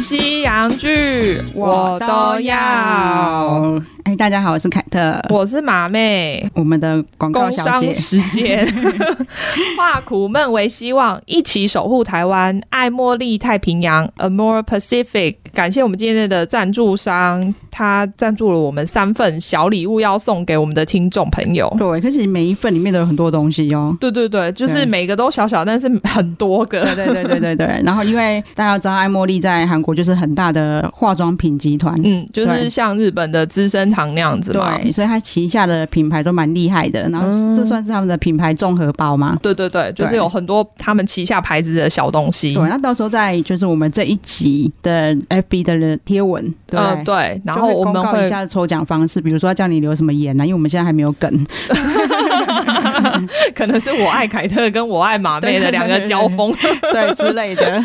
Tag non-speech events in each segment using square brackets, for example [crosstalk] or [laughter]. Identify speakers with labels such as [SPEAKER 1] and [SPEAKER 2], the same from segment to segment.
[SPEAKER 1] 西洋剧我都要。。
[SPEAKER 2] 哎，大家好，我是凯特，我
[SPEAKER 1] 我是马妹，
[SPEAKER 2] 们的广告
[SPEAKER 1] 工
[SPEAKER 2] 小
[SPEAKER 1] 商
[SPEAKER 2] 姐。
[SPEAKER 1] 时 [laughs] 间，化苦闷为希望，一起守护台湾，爱茉莉太平洋，A More Pacific。感谢我们今天的赞助商，他赞助了我们三份小礼物，要送给我们的听众朋友。
[SPEAKER 2] 对，可是每一份里面都有很多东西
[SPEAKER 1] [laughs]
[SPEAKER 2] 哦。
[SPEAKER 1] 对对对，就是
[SPEAKER 2] 对
[SPEAKER 1] 每个都小小，但是很多个。
[SPEAKER 2] 对对对对对对。然后，因为大家知道，爱茉莉在韩国就是很大的化妆品集团，
[SPEAKER 1] 嗯，就是
[SPEAKER 2] 对
[SPEAKER 1] 像日本的资生堂那样子嘛。
[SPEAKER 2] 对，所以它旗下的品牌都蛮厉害的。然
[SPEAKER 1] 嗯
[SPEAKER 2] 后，这算是他们的品牌综合包吗？
[SPEAKER 1] 对对对，就是有很多他们旗下牌子的小东西。
[SPEAKER 2] 对，那到时候在就是我们这一集的 FB 的贴文，对不
[SPEAKER 1] 呃，
[SPEAKER 2] 对。
[SPEAKER 1] 对，然
[SPEAKER 2] 就
[SPEAKER 1] 后
[SPEAKER 2] 会
[SPEAKER 1] 我们
[SPEAKER 2] 公告一
[SPEAKER 1] 会，
[SPEAKER 2] 下抽奖方式，比如说叫你留什么言啊呢、因为我们现在还没有梗，
[SPEAKER 1] [laughs] 可能是我爱凯特跟我
[SPEAKER 2] [laughs]
[SPEAKER 1] 爱马妹的两个交锋， [laughs]
[SPEAKER 2] 对之类的。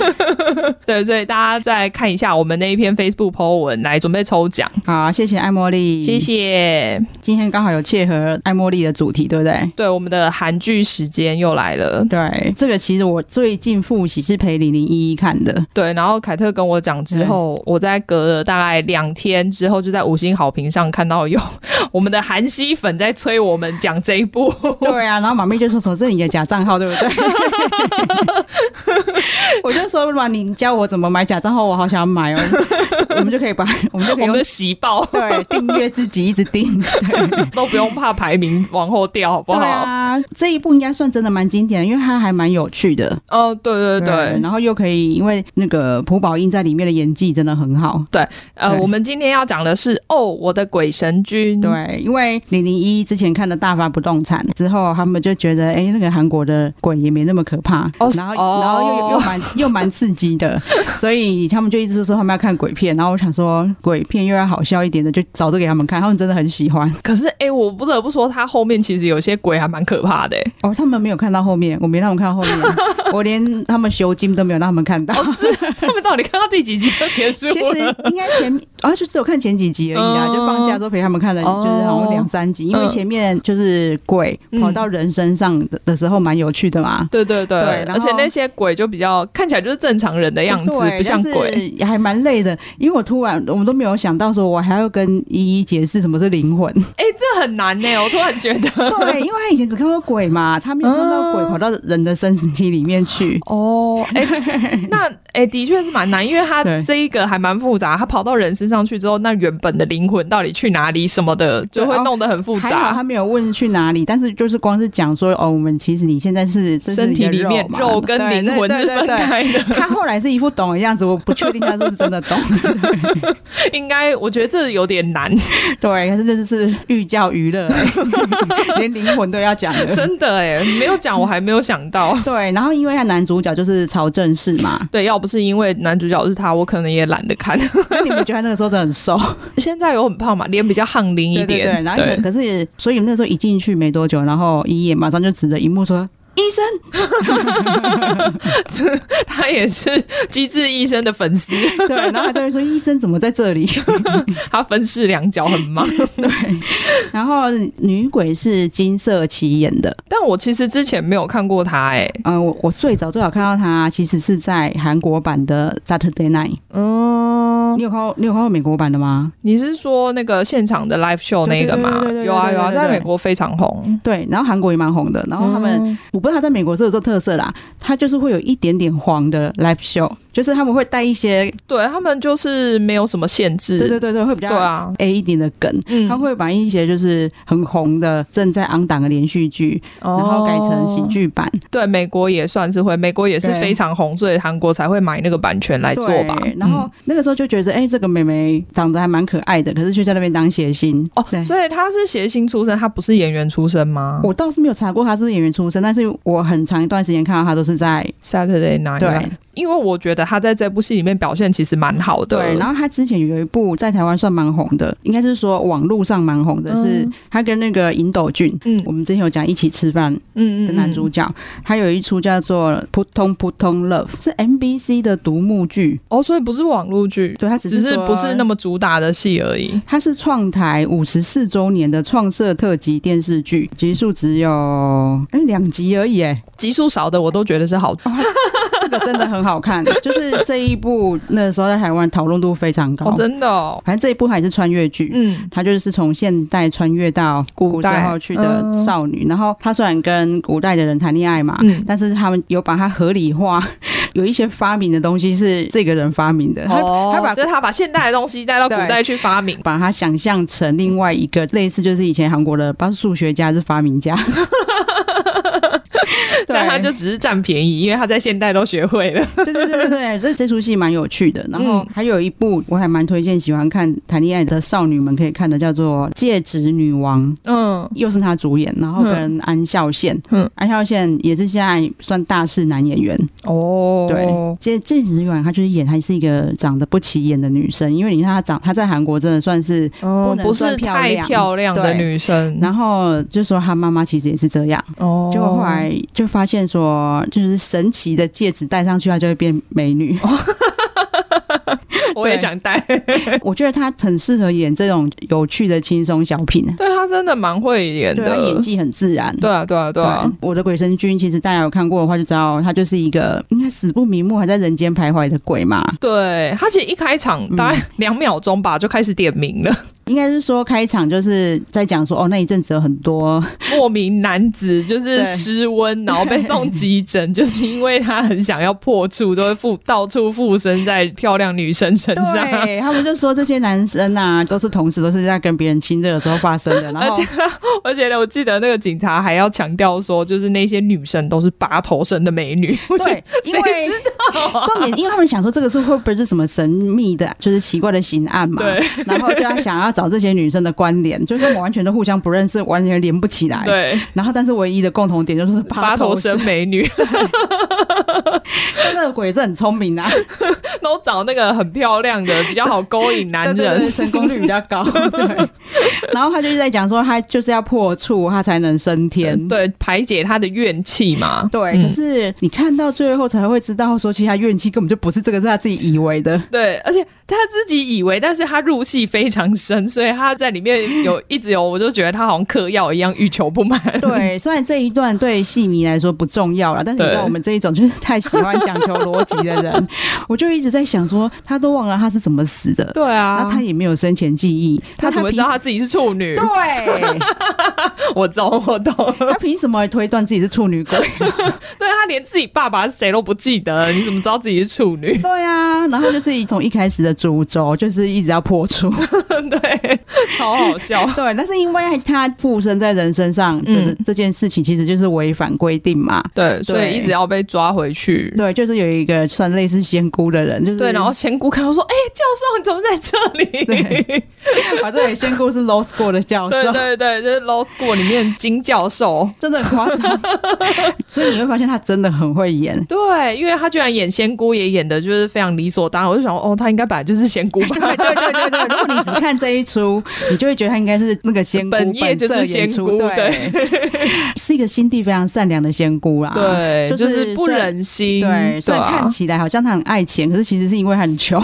[SPEAKER 1] 对，所以大家再看一下我们那一篇 Facebook po 文来准备抽奖，
[SPEAKER 2] 好，谢谢爱茉莉，
[SPEAKER 1] 谢。谢。
[SPEAKER 2] 今天刚好有切合爱茉莉的主题，对不对？
[SPEAKER 1] [laughs] 对，我们的韩剧时间又来了，
[SPEAKER 2] 对，这个其实我最近复习是陪零零一一看的，
[SPEAKER 1] 对，然后凯特跟我讲之后，我在隔了大概两天之后，就在五星好评上看到有 [laughs] 我们的韩系粉在催我们讲这
[SPEAKER 2] [laughs]
[SPEAKER 1] 一部，
[SPEAKER 2] 对啊，然后马妹就说：“说这里的假账号，对不
[SPEAKER 1] [laughs]
[SPEAKER 2] 对？”我就说：“嘛，你教我怎么买假账号，我好想买哦。”我们就可以
[SPEAKER 1] [laughs]
[SPEAKER 2] 把，我们就
[SPEAKER 1] 我
[SPEAKER 2] 可以
[SPEAKER 1] 们
[SPEAKER 2] 用
[SPEAKER 1] 的喜
[SPEAKER 2] [laughs]
[SPEAKER 1] 报
[SPEAKER 2] 对订阅自己一直
[SPEAKER 1] [laughs]
[SPEAKER 2] 订。
[SPEAKER 1] 都不用怕排名往后掉，好不
[SPEAKER 2] 对
[SPEAKER 1] 好？
[SPEAKER 2] 啊，这一部应该算真的蛮经典的，因为它还蛮有趣的。
[SPEAKER 1] 哦，对对对。
[SPEAKER 2] 然后又可以，因为那个朴宝英在里面的演技真的很好。
[SPEAKER 1] 呃，
[SPEAKER 2] 对
[SPEAKER 1] 我们今天要讲的是《哦，我的鬼神君》。
[SPEAKER 2] 对，因为零零一之前看了《大发不动产》之后，他们就觉得，哎、那个韩国的鬼也没那么可怕，
[SPEAKER 1] 哦
[SPEAKER 2] 然后、
[SPEAKER 1] 哦
[SPEAKER 2] 然后又又蛮又蛮刺激的，所以他们就一直说他们要看鬼片。然后我想说，鬼片又要好笑一点的，就早都给他们看，他们真的很喜欢。
[SPEAKER 1] 可是，哎、我不得不说，它后面其实有些鬼还蛮可怕
[SPEAKER 2] [laughs]
[SPEAKER 1] 的、诶
[SPEAKER 2] 哦，他们没有看到后面，我没让他们看到后
[SPEAKER 1] [laughs]
[SPEAKER 2] 面，我连他们修金都没有让他们看到。
[SPEAKER 1] 哦，是他们到底看到第几集就结束
[SPEAKER 2] [laughs] 其实
[SPEAKER 1] 了？
[SPEAKER 2] 应该前啊，就只有看前几集而已啦，
[SPEAKER 1] 嗯
[SPEAKER 2] 就放假之后陪他们看了，
[SPEAKER 1] 哦
[SPEAKER 2] 就是好像两三集，因为
[SPEAKER 1] 嗯
[SPEAKER 2] 前面就是鬼
[SPEAKER 1] 嗯
[SPEAKER 2] 跑到人身上的的时候蛮有趣的嘛。
[SPEAKER 1] [laughs] 对对对，
[SPEAKER 2] 对然后
[SPEAKER 1] 而且那些鬼就比较看起来就是正常人的样子，
[SPEAKER 2] 对
[SPEAKER 1] 不像鬼。，
[SPEAKER 2] 但是还蛮累的。因为我突然我们都没有想到，说我还要跟依依解释什么是灵
[SPEAKER 1] [laughs]
[SPEAKER 2] 魂。
[SPEAKER 1] 哎、这很难呢、我突然觉
[SPEAKER 2] [laughs]
[SPEAKER 1] 得。
[SPEAKER 2] 对，因为他以前只看过鬼嘛，他没有看到鬼
[SPEAKER 1] 嗯
[SPEAKER 2] 跑到人的身体里面去。
[SPEAKER 1] 哦，
[SPEAKER 2] [laughs]
[SPEAKER 1] 哎、那哎、的确是蛮难，因为他
[SPEAKER 2] 对
[SPEAKER 1] 这一个还蛮复杂，他跑到人身上去之后，那原本的灵魂到底去哪里什么的，就会
[SPEAKER 2] 对哦
[SPEAKER 1] 弄得很复
[SPEAKER 2] 还好
[SPEAKER 1] 杂。
[SPEAKER 2] 他没有问去哪里，但是就是光是讲说哦，我们其实你现在是这是
[SPEAKER 1] 身
[SPEAKER 2] 你
[SPEAKER 1] 体
[SPEAKER 2] 的
[SPEAKER 1] 里面
[SPEAKER 2] 嘛
[SPEAKER 1] 肉跟
[SPEAKER 2] 对
[SPEAKER 1] 灵魂
[SPEAKER 2] 对
[SPEAKER 1] 是
[SPEAKER 2] 对
[SPEAKER 1] 分
[SPEAKER 2] 对对
[SPEAKER 1] 开的，
[SPEAKER 2] 他后来是一副懂的样子，我不确定他是不是真的
[SPEAKER 1] [laughs]
[SPEAKER 2] 懂。
[SPEAKER 1] 应该我觉得这有点难，
[SPEAKER 2] 对，可是这就是寓教于乐、
[SPEAKER 1] [laughs]
[SPEAKER 2] 欸连灵魂都要讲的。
[SPEAKER 1] 真的哎，没有讲我还没有想到。
[SPEAKER 2] 对，然后因为他男主角就是曹正奭嘛，
[SPEAKER 1] 对，要不是因为男主角是他，我可能也懒得看。 [laughs]
[SPEAKER 2] 那你们觉得他那个时候真的很瘦？
[SPEAKER 1] 现在有很胖嘛，脸比较憨灵 [laughs] 一
[SPEAKER 2] 对对
[SPEAKER 1] 点。
[SPEAKER 2] 对，然后可可是，所以那时候一进去没多久，然后一眼马上就指着荧幕
[SPEAKER 1] [laughs]
[SPEAKER 2] 说。医生，
[SPEAKER 1] 他也是《机智医生》的粉丝，
[SPEAKER 2] 对，然后还在那边说医生怎么在这里？ [laughs]
[SPEAKER 1] 他分饰两角很忙。
[SPEAKER 2] 然后女鬼是金色旗演的，
[SPEAKER 1] 但我其实之前没有看过他哎。
[SPEAKER 2] 嗯、我我最早最早看到她其实是在韩国版的 Saturday Night，
[SPEAKER 1] 嗯
[SPEAKER 2] 你，有看过你有看过美国版的吗？
[SPEAKER 1] 你是说那个现场的 live show 那个吗
[SPEAKER 2] 对对对对对对？对
[SPEAKER 1] 有啊有啊，
[SPEAKER 2] 对对对
[SPEAKER 1] 在美国非常红。
[SPEAKER 2] 对，然后韩国也蛮红的，然后他们、
[SPEAKER 1] 嗯
[SPEAKER 2] 我不知道他在美国是有这特色啦，他就是会有一点点黄的 live show，就是他们会带一些
[SPEAKER 1] 对他们就是没有什么限制。
[SPEAKER 2] 对对对对，会比
[SPEAKER 1] 对
[SPEAKER 2] 较
[SPEAKER 1] 啊，
[SPEAKER 2] A 一点的梗。
[SPEAKER 1] 嗯
[SPEAKER 2] 他会把一些就是很红的正在昂档的连续剧，
[SPEAKER 1] 然
[SPEAKER 2] 然后改成喜剧版
[SPEAKER 1] 对，美国也算是会，美国也是
[SPEAKER 2] 对
[SPEAKER 1] 非常红，所以韩国才会买那个版权来做吧嗯
[SPEAKER 2] 对。然后那个时候就觉得，哎、这个妹妹长得还蛮可爱的，可是却在那边当谐星。
[SPEAKER 1] 嗯、
[SPEAKER 2] 对
[SPEAKER 1] 哦，所以他是谐星出身，他不是演员出身吗
[SPEAKER 2] 我倒是没有查过她是不是演员出身，但是我很长一段时间看到她都是在
[SPEAKER 1] ？Saturday Night，
[SPEAKER 2] 对，
[SPEAKER 1] 因为我觉得他在这部戏里面表现其实蛮好的。
[SPEAKER 2] 对，然
[SPEAKER 1] 后
[SPEAKER 2] 后他之前有一部在台湾算蛮红的，应该是说网络上蛮红的，
[SPEAKER 1] 嗯
[SPEAKER 2] 是他跟那个尹斗俊。
[SPEAKER 1] 嗯
[SPEAKER 2] 我们之前有讲一起吃饭
[SPEAKER 1] 嗯
[SPEAKER 2] 的男主
[SPEAKER 1] 嗯
[SPEAKER 2] 角，他有一出叫做《扑通扑通 Love》，是 MBC 的独幕剧，
[SPEAKER 1] 哦，所以不是网络剧，
[SPEAKER 2] 对，他只
[SPEAKER 1] 只
[SPEAKER 2] 是
[SPEAKER 1] 是不是那
[SPEAKER 2] 么，
[SPEAKER 1] 么主打的戏而已。
[SPEAKER 2] 他是创台五十四周年的创设特辑电视剧，集数只有哎两集而已，哎，
[SPEAKER 1] 集数少的我都觉得是好。
[SPEAKER 2] 哦这个真的很好看， [laughs] 就是这一部那时候在台湾讨论度非常高。
[SPEAKER 1] 哦，真的哦，
[SPEAKER 2] 反正这一部还是穿越剧，
[SPEAKER 1] 嗯，
[SPEAKER 2] 它就是从现代穿越到古时候去的少女。然后她虽然跟古代的人谈恋爱嘛，
[SPEAKER 1] 嗯
[SPEAKER 2] 但是他们有把它合理化，有一些发明的东西是这个人发明的，嗯他
[SPEAKER 1] 哦，
[SPEAKER 2] 他把
[SPEAKER 1] 就是他把现代的东西带到古
[SPEAKER 2] 对
[SPEAKER 1] 代去发明，
[SPEAKER 2] 把它想象成另外一个类似，就是以前韩国的，不知道是数学家还是发明家。对，
[SPEAKER 1] 但他就只是占便宜，因为他在现代都学会了。
[SPEAKER 2] 对对对对对，这这出戏蛮有趣的。然后
[SPEAKER 1] 嗯
[SPEAKER 2] 还有一部我还蛮推荐喜欢看谈恋爱的少女们可以看的，叫做《戒指女王》。
[SPEAKER 1] 嗯
[SPEAKER 2] 又是她主演，然后跟安孝燮，
[SPEAKER 1] 嗯
[SPEAKER 2] 安孝燮也是现在算大势男演员。
[SPEAKER 1] 哦
[SPEAKER 2] 对，戒戒指女王她就是演，她是一个长得不起眼的女生，因为你看她长，她在韩国真的算是，
[SPEAKER 1] 哦
[SPEAKER 2] 不，能
[SPEAKER 1] 不
[SPEAKER 2] 算
[SPEAKER 1] 是
[SPEAKER 2] 漂
[SPEAKER 1] 太
[SPEAKER 2] 亮
[SPEAKER 1] 漂亮的
[SPEAKER 2] 对
[SPEAKER 1] 女生，
[SPEAKER 2] 然后就说她妈妈其实也是这样，
[SPEAKER 1] 嗯哦，
[SPEAKER 2] 结果后来就发现说，就是神奇的戒指戴上去，她就会变美女。
[SPEAKER 1] [laughs] 哦我也
[SPEAKER 2] 对
[SPEAKER 1] 想戴，
[SPEAKER 2] [laughs] 我觉得她很适合演这种有趣的轻松小品，
[SPEAKER 1] 对他真的蛮会演
[SPEAKER 2] 对她
[SPEAKER 1] 的
[SPEAKER 2] 演，技很自然。
[SPEAKER 1] 对啊，对啊，对啊
[SPEAKER 2] 对，，我的鬼神君其实大家有看过的话就知道，他就是一个应该死不瞑目还在人间徘徊的鬼嘛。
[SPEAKER 1] 对他其实一开场
[SPEAKER 2] 嗯
[SPEAKER 1] 大概两秒钟吧，就开始点名 [laughs] 了，
[SPEAKER 2] 应该是说开场就是在讲说，哦，那一阵子有很多，
[SPEAKER 1] 莫名男子就
[SPEAKER 2] 对
[SPEAKER 1] 是失温，然后被送急 [laughs] 诊，就是因为他很想要破处，都会附 [laughs] 到处附身在漂亮女生身上。
[SPEAKER 2] 对，他们就说这些男生啊都是同时都是在跟别人亲热的时候发生
[SPEAKER 1] [laughs]
[SPEAKER 2] 的，然
[SPEAKER 1] 而
[SPEAKER 2] 后
[SPEAKER 1] 且，而且呢，我记得那个警察还要强调说，就是那些女生都是拔头身的美女。我觉得
[SPEAKER 2] 对，因为
[SPEAKER 1] 谁 [laughs]
[SPEAKER 2] 重点，因为他们想说这个是会不会是什么神秘的，就是奇怪的刑案嘛，
[SPEAKER 1] 对
[SPEAKER 2] 然后就要想要找这些女生的关联，就是我完全都互相不认识，完全连不起来。
[SPEAKER 1] 对，
[SPEAKER 2] 然后，但是唯一的共同点就是
[SPEAKER 1] 拔
[SPEAKER 2] 八
[SPEAKER 1] 头
[SPEAKER 2] 头
[SPEAKER 1] 身， [laughs] 美女，
[SPEAKER 2] 那个鬼是很聪明啊，
[SPEAKER 1] 都找那个很漂亮的，比较好勾引男
[SPEAKER 2] 对对
[SPEAKER 1] [laughs]
[SPEAKER 2] 对
[SPEAKER 1] 人。
[SPEAKER 2] 成功率比较 [laughs] 高。对，然后他就是在讲说，他就是要破处，他才能升天。
[SPEAKER 1] [laughs] 对，排解他的怨气嘛。
[SPEAKER 2] 对，
[SPEAKER 1] 嗯
[SPEAKER 2] 可是你看到最后才会知道，说其实他怨气根本就不是这个，是他自己以为的。
[SPEAKER 1] 对，而且他自己以为，但是他入戏非常深，所以他在里面有一直有，我就觉得他好像嗑药一样，欲求不满。
[SPEAKER 2] 对，虽然这一段对戏迷来说不重要了，但是你知
[SPEAKER 1] 对
[SPEAKER 2] 道我们这一种就是太喜欢讲求逻辑的 [laughs] 人，我就一直在想说，他都忘了他是怎么死的，
[SPEAKER 1] [laughs] 对啊
[SPEAKER 2] 那他也没有生前记忆，
[SPEAKER 1] 他
[SPEAKER 2] 那
[SPEAKER 1] 怎么会知道
[SPEAKER 2] 凭
[SPEAKER 1] 他自己是处 [laughs] 女？
[SPEAKER 2] 对，
[SPEAKER 1] 我懂，我懂。
[SPEAKER 2] [laughs] 他凭什么推断自己是处女鬼？
[SPEAKER 1] [laughs] 对他连自己爸爸是谁都不记得，你怎么知道自己是处女？ [laughs]
[SPEAKER 2] 对啊，然后就是从一开始的主轴就是一直要破除，
[SPEAKER 1] 对，超好笑。
[SPEAKER 2] [laughs] 对，但是因为他附身在人身上的、
[SPEAKER 1] 嗯
[SPEAKER 2] 这件事情，其实就是违反规定嘛。
[SPEAKER 1] [laughs] 对，所以
[SPEAKER 2] 对
[SPEAKER 1] 一直要被抓回去。
[SPEAKER 2] 对，就是有一个算类似仙姑的人，就是
[SPEAKER 1] 对，然后仙姑看到说：“哎、教授，你怎么在这
[SPEAKER 2] [laughs]
[SPEAKER 1] 里？”
[SPEAKER 2] [laughs] 对啊，对，仙姑是 low school 的教
[SPEAKER 1] 对
[SPEAKER 2] 授，
[SPEAKER 1] 对对，就是 Law School 里面金教
[SPEAKER 2] [laughs]
[SPEAKER 1] 授。
[SPEAKER 2] 真的很夸张。所以你会发现他真的很会演，
[SPEAKER 1] 对，因为他居然演仙姑，也演的就是非常理所当然。我就想说，哦，他应该本来就是仙姑吧？
[SPEAKER 2] [laughs] 对对对对对，如果你只看这一出，你就会觉得他应该是那个仙姑
[SPEAKER 1] 本业就是
[SPEAKER 2] 色演
[SPEAKER 1] 仙
[SPEAKER 2] 出
[SPEAKER 1] 姑
[SPEAKER 2] 对， [laughs] 是一个心地非常善良的仙姑啦，
[SPEAKER 1] 对，就
[SPEAKER 2] 啊就是
[SPEAKER 1] 不
[SPEAKER 2] 虽然。
[SPEAKER 1] 忍心。
[SPEAKER 2] 对，虽然
[SPEAKER 1] 啊
[SPEAKER 2] 看起来好像他很爱钱，可是其实是因为他很穷，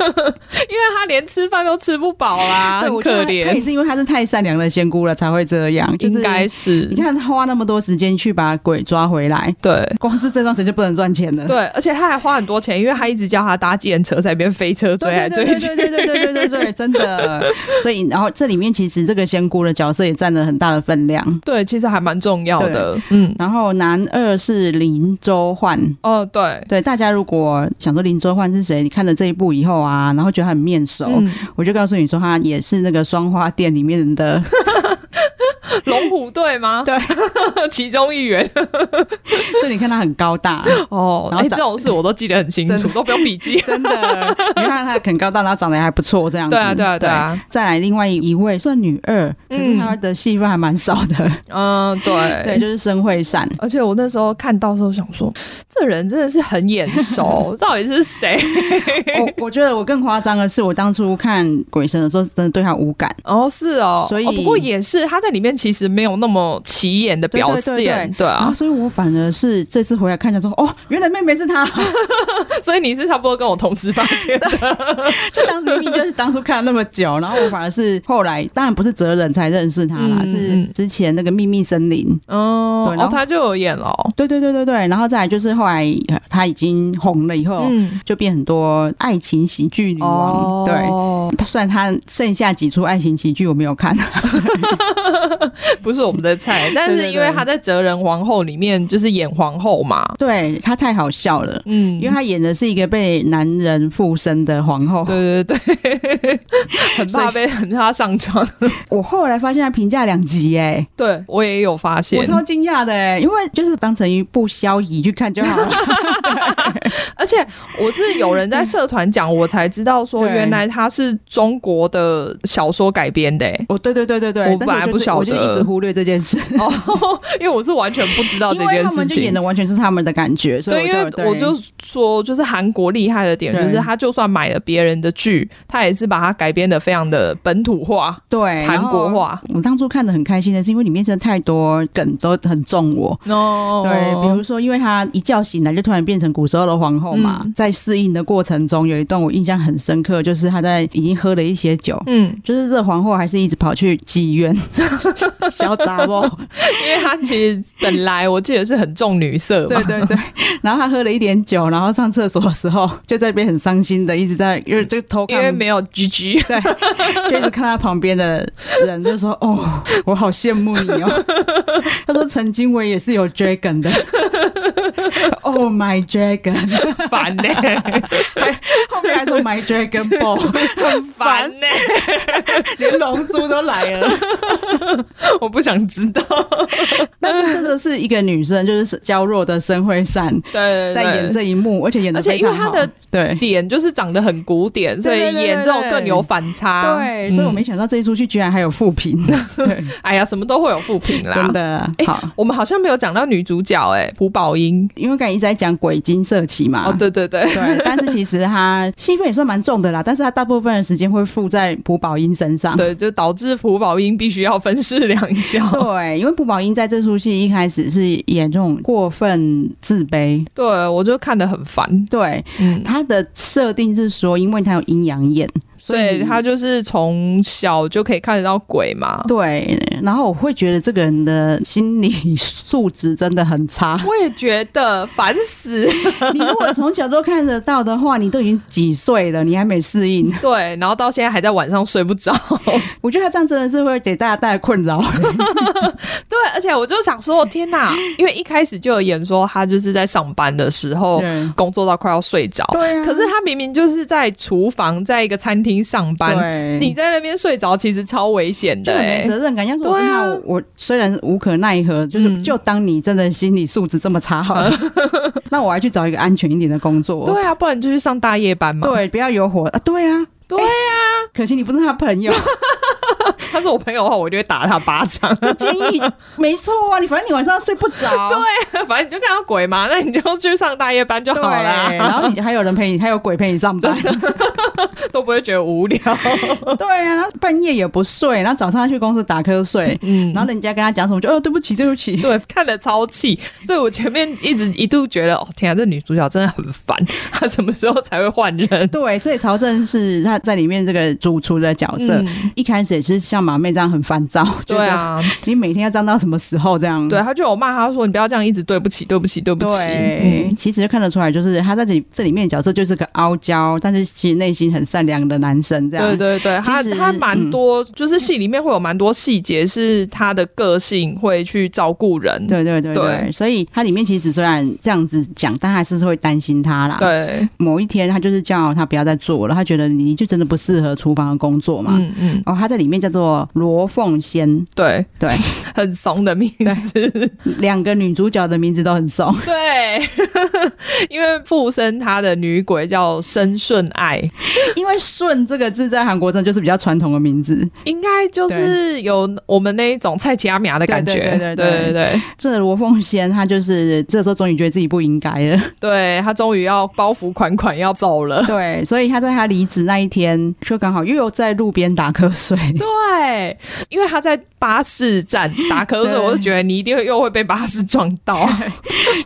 [SPEAKER 1] 因为他连吃饭都吃不饱
[SPEAKER 2] [laughs]
[SPEAKER 1] 啦，
[SPEAKER 2] 对
[SPEAKER 1] 很
[SPEAKER 2] 我觉得
[SPEAKER 1] 可
[SPEAKER 2] 他他也
[SPEAKER 1] 怜。
[SPEAKER 2] 是因为他是太善良的仙姑了才会这样，就是
[SPEAKER 1] 应该是
[SPEAKER 2] 你看他花那么多时间去把鬼抓回来， [laughs]
[SPEAKER 1] 对。
[SPEAKER 2] 光是这段时间就不能赚钱了。
[SPEAKER 1] 对，而且他还花很多钱，因为他一直叫他搭计程车，在那边飞车追来追
[SPEAKER 2] 对
[SPEAKER 1] 去。
[SPEAKER 2] 对对对对对对对对，真的。所以，然后这里面其实这个仙姑的角色也占了很大的分量。
[SPEAKER 1] 对，其实还蛮重要的。嗯，
[SPEAKER 2] 然后男二是林周焕，
[SPEAKER 1] 哦，对，
[SPEAKER 2] 对大家如果想说林周焕是谁，你看了这一部以后啊，然后觉得他很面熟，
[SPEAKER 1] 嗯，
[SPEAKER 2] 我就告诉你说他也是那个双花店里面的
[SPEAKER 1] 龙虎队吗？
[SPEAKER 2] 对，
[SPEAKER 1] [laughs] 其中一员。 [laughs]
[SPEAKER 2] 所以你看他很高大，
[SPEAKER 1] 哦，
[SPEAKER 2] 然
[SPEAKER 1] 哎、
[SPEAKER 2] 后
[SPEAKER 1] 这
[SPEAKER 2] 长
[SPEAKER 1] 种事我都记得很清
[SPEAKER 2] 真
[SPEAKER 1] 楚，都不用笔 [laughs] 记。
[SPEAKER 2] 真的，你看他很高大，然后长得也还不错，这样子。
[SPEAKER 1] 对啊，对啊，对。嗯啊。
[SPEAKER 2] 再来另外一位算女二，可是她的戏份还蛮少的，
[SPEAKER 1] 嗯，对，
[SPEAKER 2] [laughs] 对，就是申惠
[SPEAKER 1] [laughs]
[SPEAKER 2] 善。
[SPEAKER 1] 而且我那时候看到的时候想说，这人真的是很眼 [laughs] 熟，到底是谁？
[SPEAKER 2] 我我觉得我更夸张的是，我当初看《鬼神》的时候，真的对她无感。
[SPEAKER 1] 哦，是哦，
[SPEAKER 2] 所以
[SPEAKER 1] 哦不过也是他在里面其实没有那么起眼的表现，
[SPEAKER 2] 对对对对然
[SPEAKER 1] 啊
[SPEAKER 2] 后，，所以我反而是这次回来看一下说，哦，原来妹妹是她， [laughs]
[SPEAKER 1] [laughs] 所以你是差不多跟我同时发现的，
[SPEAKER 2] 就当明明就是当初看了那么久，然后我反而是后来，当然不是哲人才认识她啦，
[SPEAKER 1] 嗯
[SPEAKER 2] 是
[SPEAKER 1] 嗯
[SPEAKER 2] 之前那个秘密森林。
[SPEAKER 1] 哦
[SPEAKER 2] 对，然
[SPEAKER 1] 哦，
[SPEAKER 2] 后
[SPEAKER 1] 他就有演了哦，
[SPEAKER 2] 对对对对对，然后再来就是后来呃她已经红了以后，
[SPEAKER 1] 嗯，
[SPEAKER 2] 就变很多爱情喜剧女王。
[SPEAKER 1] 哦
[SPEAKER 2] 对，
[SPEAKER 1] 对，
[SPEAKER 2] 她虽然她剩下几出爱情喜剧我没有看， [laughs]
[SPEAKER 1] 不是我们的菜，但是因为他在《哲人皇后》里面就是演皇后嘛，
[SPEAKER 2] 对她太好笑了，
[SPEAKER 1] 嗯，
[SPEAKER 2] 因为她演的是一个被男人附身的皇后。
[SPEAKER 1] 对对对， [laughs] 很
[SPEAKER 2] 所
[SPEAKER 1] 怕
[SPEAKER 2] 以
[SPEAKER 1] 被很怕上床，
[SPEAKER 2] 我后来发现她评价两集哎、
[SPEAKER 1] [laughs] 对我也有发现
[SPEAKER 2] 我，超惊讶的哎、因为就是当成一部消遗去看就好
[SPEAKER 1] [laughs]
[SPEAKER 2] 了。
[SPEAKER 1] 而且我是有人在社团讲，我才知道说
[SPEAKER 2] 对
[SPEAKER 1] 原来它是中国的小说改编的、欸。
[SPEAKER 2] 哦，对对对对对，
[SPEAKER 1] 我
[SPEAKER 2] 但是
[SPEAKER 1] 本来
[SPEAKER 2] 就是
[SPEAKER 1] 不晓
[SPEAKER 2] 我就
[SPEAKER 1] 得
[SPEAKER 2] 一直忽略这件事，
[SPEAKER 1] [laughs] 哦，因为我是完全不知道这
[SPEAKER 2] 因为
[SPEAKER 1] 件
[SPEAKER 2] 他
[SPEAKER 1] 事
[SPEAKER 2] 们就演
[SPEAKER 1] 情。
[SPEAKER 2] 的完全是他们的感觉，所
[SPEAKER 1] 对，
[SPEAKER 2] 以
[SPEAKER 1] 因为
[SPEAKER 2] 对
[SPEAKER 1] 我就说，就是韩国厉害的点，
[SPEAKER 2] 对
[SPEAKER 1] 就是他就算买了别人的剧，他也是把它改编的非常的本土化、
[SPEAKER 2] 对
[SPEAKER 1] 韩国。
[SPEAKER 2] 然后
[SPEAKER 1] 化。
[SPEAKER 2] 我当初看的很开心的是，因为里面真的太多梗都很中我。
[SPEAKER 1] 哦
[SPEAKER 2] 对，比如说，因为她一觉醒来就突然变成古时候的皇后嘛，
[SPEAKER 1] 嗯
[SPEAKER 2] 在适应的过程中，有一段我印象很深刻，就是她在已经喝了一些酒，
[SPEAKER 1] 嗯，
[SPEAKER 2] 就是这皇后还是一直跑去妓院 [laughs] 小杂包，
[SPEAKER 1] 因为他其实本来我记得是很重女色嘛
[SPEAKER 2] 对，对对， [laughs] 然后她喝了一点酒，然后上厕所的时候就在那边很伤心的，一直在因为就偷
[SPEAKER 1] 因为
[SPEAKER 2] 看。
[SPEAKER 1] 没有 GG，
[SPEAKER 2] [laughs] 对，就一直看她旁边的人，就说：“哦，我好羡慕你哦。”她说：“曾经我也是有 dragon 的 [laughs] ，Oh my dragon。”
[SPEAKER 1] 烦呢、
[SPEAKER 2] [laughs] 后面还说 My Dragon Ball，很
[SPEAKER 1] [laughs] [laughs]
[SPEAKER 2] 烦，
[SPEAKER 1] 烦呢、
[SPEAKER 2] 连龙珠都来了。
[SPEAKER 1] [laughs] 我不想知道。
[SPEAKER 2] 但是这个是一个女生，就是娇弱的申惠善
[SPEAKER 1] 对对对
[SPEAKER 2] 在演这一幕，而且演的
[SPEAKER 1] 而且因为她的
[SPEAKER 2] 对。
[SPEAKER 1] 脸就是长得很古典，所以
[SPEAKER 2] 对对对
[SPEAKER 1] 演这种更有反差。
[SPEAKER 2] 对，所以我没
[SPEAKER 1] 嗯
[SPEAKER 2] 想到这一出剧居然还有副评，对，
[SPEAKER 1] 哎呀，什么都会有负评
[SPEAKER 2] [laughs]
[SPEAKER 1] 啦
[SPEAKER 2] 真。的
[SPEAKER 1] 哎
[SPEAKER 2] 好，
[SPEAKER 1] 我们好像没有讲到女主角哎、朴宝英
[SPEAKER 2] 因为刚才一直在讲鬼金色旗嘛，
[SPEAKER 1] 哦，对对 [laughs] 对，
[SPEAKER 2] 对，但是其实他戏份也算蛮重的啦，但是他大部分的时间会附在朴宝英身上，
[SPEAKER 1] 对，就导致朴宝英必须要分饰两角。
[SPEAKER 2] 对，因为朴宝英在这出戏一开始是演这种过分自卑，
[SPEAKER 1] 对，我就看得很烦。
[SPEAKER 2] 对，
[SPEAKER 1] 嗯，
[SPEAKER 2] 它的设定是说，因为它有阴阳眼，所
[SPEAKER 1] 所以
[SPEAKER 2] 以
[SPEAKER 1] 她就是从小就可以看得到鬼嘛。
[SPEAKER 2] 对。然后我会觉得这个人的心理素质真的很差。
[SPEAKER 1] 我也觉得烦 [laughs] 死，
[SPEAKER 2] 你如果从小都看得到的话，你都已经几岁了，你还没适应，
[SPEAKER 1] 对，然后到现在还在晚上睡不着，
[SPEAKER 2] 我觉得他这样真的是会给大家带来困扰。
[SPEAKER 1] 对，而且我就
[SPEAKER 2] [laughs]
[SPEAKER 1] 想说，天哪，因为一开始就有演说她就是在上班的时候
[SPEAKER 2] 对
[SPEAKER 1] 工作到快要睡着，
[SPEAKER 2] 对啊
[SPEAKER 1] 可是他明明就是在厨房，在一个餐厅上班，
[SPEAKER 2] 对，
[SPEAKER 1] 你在那边睡着，其实超危险的、
[SPEAKER 2] 就很没
[SPEAKER 1] 欸。
[SPEAKER 2] 责任感。要是我
[SPEAKER 1] 对
[SPEAKER 2] 是
[SPEAKER 1] 啊
[SPEAKER 2] 他，我我虽然无可奈何，就是、
[SPEAKER 1] 嗯
[SPEAKER 2] 就当你真的心理素质这么差好了，那我还去找一个安全一点的工作。
[SPEAKER 1] 对啊，不然就去上大夜班嘛。
[SPEAKER 2] 对，不要有火啊！对啊，
[SPEAKER 1] 对
[SPEAKER 2] 呀、可惜你不是他朋友。
[SPEAKER 1] 他是我朋友的话，我就会打他巴掌。 [laughs]
[SPEAKER 2] 这建议没错啊，你反正你晚上睡不着，
[SPEAKER 1] 反正你就看到鬼嘛，那你就去上大夜班就
[SPEAKER 2] 对
[SPEAKER 1] 好啦，
[SPEAKER 2] 然后你还有人陪你，还有鬼陪你上班，
[SPEAKER 1] 都不会觉得无聊。
[SPEAKER 2] [laughs] 对啊，半夜也不睡，然后早上去公司打瞌睡，
[SPEAKER 1] 嗯，
[SPEAKER 2] 然后人家跟他讲什么就哦对不起对不起，
[SPEAKER 1] 对，看得超气，所以我前面一直一度觉得，哦天啊，这女主角真的很烦，她什么时候才会换人？
[SPEAKER 2] 对，所以曹正是他在里面这个主厨的角色。
[SPEAKER 1] 嗯
[SPEAKER 2] 一开始也是像马妹这样很烦躁，
[SPEAKER 1] 对，啊，
[SPEAKER 2] 你每天要这样到嗯什么时候这样？啊
[SPEAKER 1] 对，他就有骂他说：“你不要这样一直对不起，对不起，对不起。”
[SPEAKER 2] 对，
[SPEAKER 1] 嗯
[SPEAKER 2] 其实就看得出来，就是他在这里这里面的角色就是个傲娇，但是其实内心很善良的男生这样。
[SPEAKER 1] 对对对，他
[SPEAKER 2] 其实嗯
[SPEAKER 1] 他蛮多，就是戏里面会有蛮多细节是他的个性会去照顾人，
[SPEAKER 2] 对对对对，
[SPEAKER 1] 对
[SPEAKER 2] 所以它里面其实虽然这样子讲，但还是会担心他啦。，
[SPEAKER 1] 对，
[SPEAKER 2] 某一天他就是叫他不要再做了，他觉得你就真的不适合厨房的工作嘛。
[SPEAKER 1] 嗯嗯，
[SPEAKER 2] 哦，他在里面叫做罗凤仙，
[SPEAKER 1] 对
[SPEAKER 2] 对，
[SPEAKER 1] [laughs] 很怂的名字， [laughs]
[SPEAKER 2] 两个女主角的名字都很怂。
[SPEAKER 1] 对， [laughs] 因为附身他的女鬼叫申顺爱，
[SPEAKER 2] [laughs] 因为“顺”这个字在韩国真的就是比较传统的名字。
[SPEAKER 1] 应该就是有我们那一种菜奇阿米亚的感觉，
[SPEAKER 2] 对
[SPEAKER 1] 对
[SPEAKER 2] 对对对
[SPEAKER 1] 对对
[SPEAKER 2] 这罗凤仙，她就是这时候终于觉得自己不应该了，
[SPEAKER 1] 对他终于要包袱款
[SPEAKER 2] [laughs]
[SPEAKER 1] 款要走了，
[SPEAKER 2] 对，所以她在她离职那一天，就刚好又在路边打瞌睡。 [laughs]
[SPEAKER 1] 对，对，因为他在巴士站打瞌睡，
[SPEAKER 2] 对
[SPEAKER 1] 我就觉得你一定会又会被巴士撞
[SPEAKER 2] [laughs]
[SPEAKER 1] 到。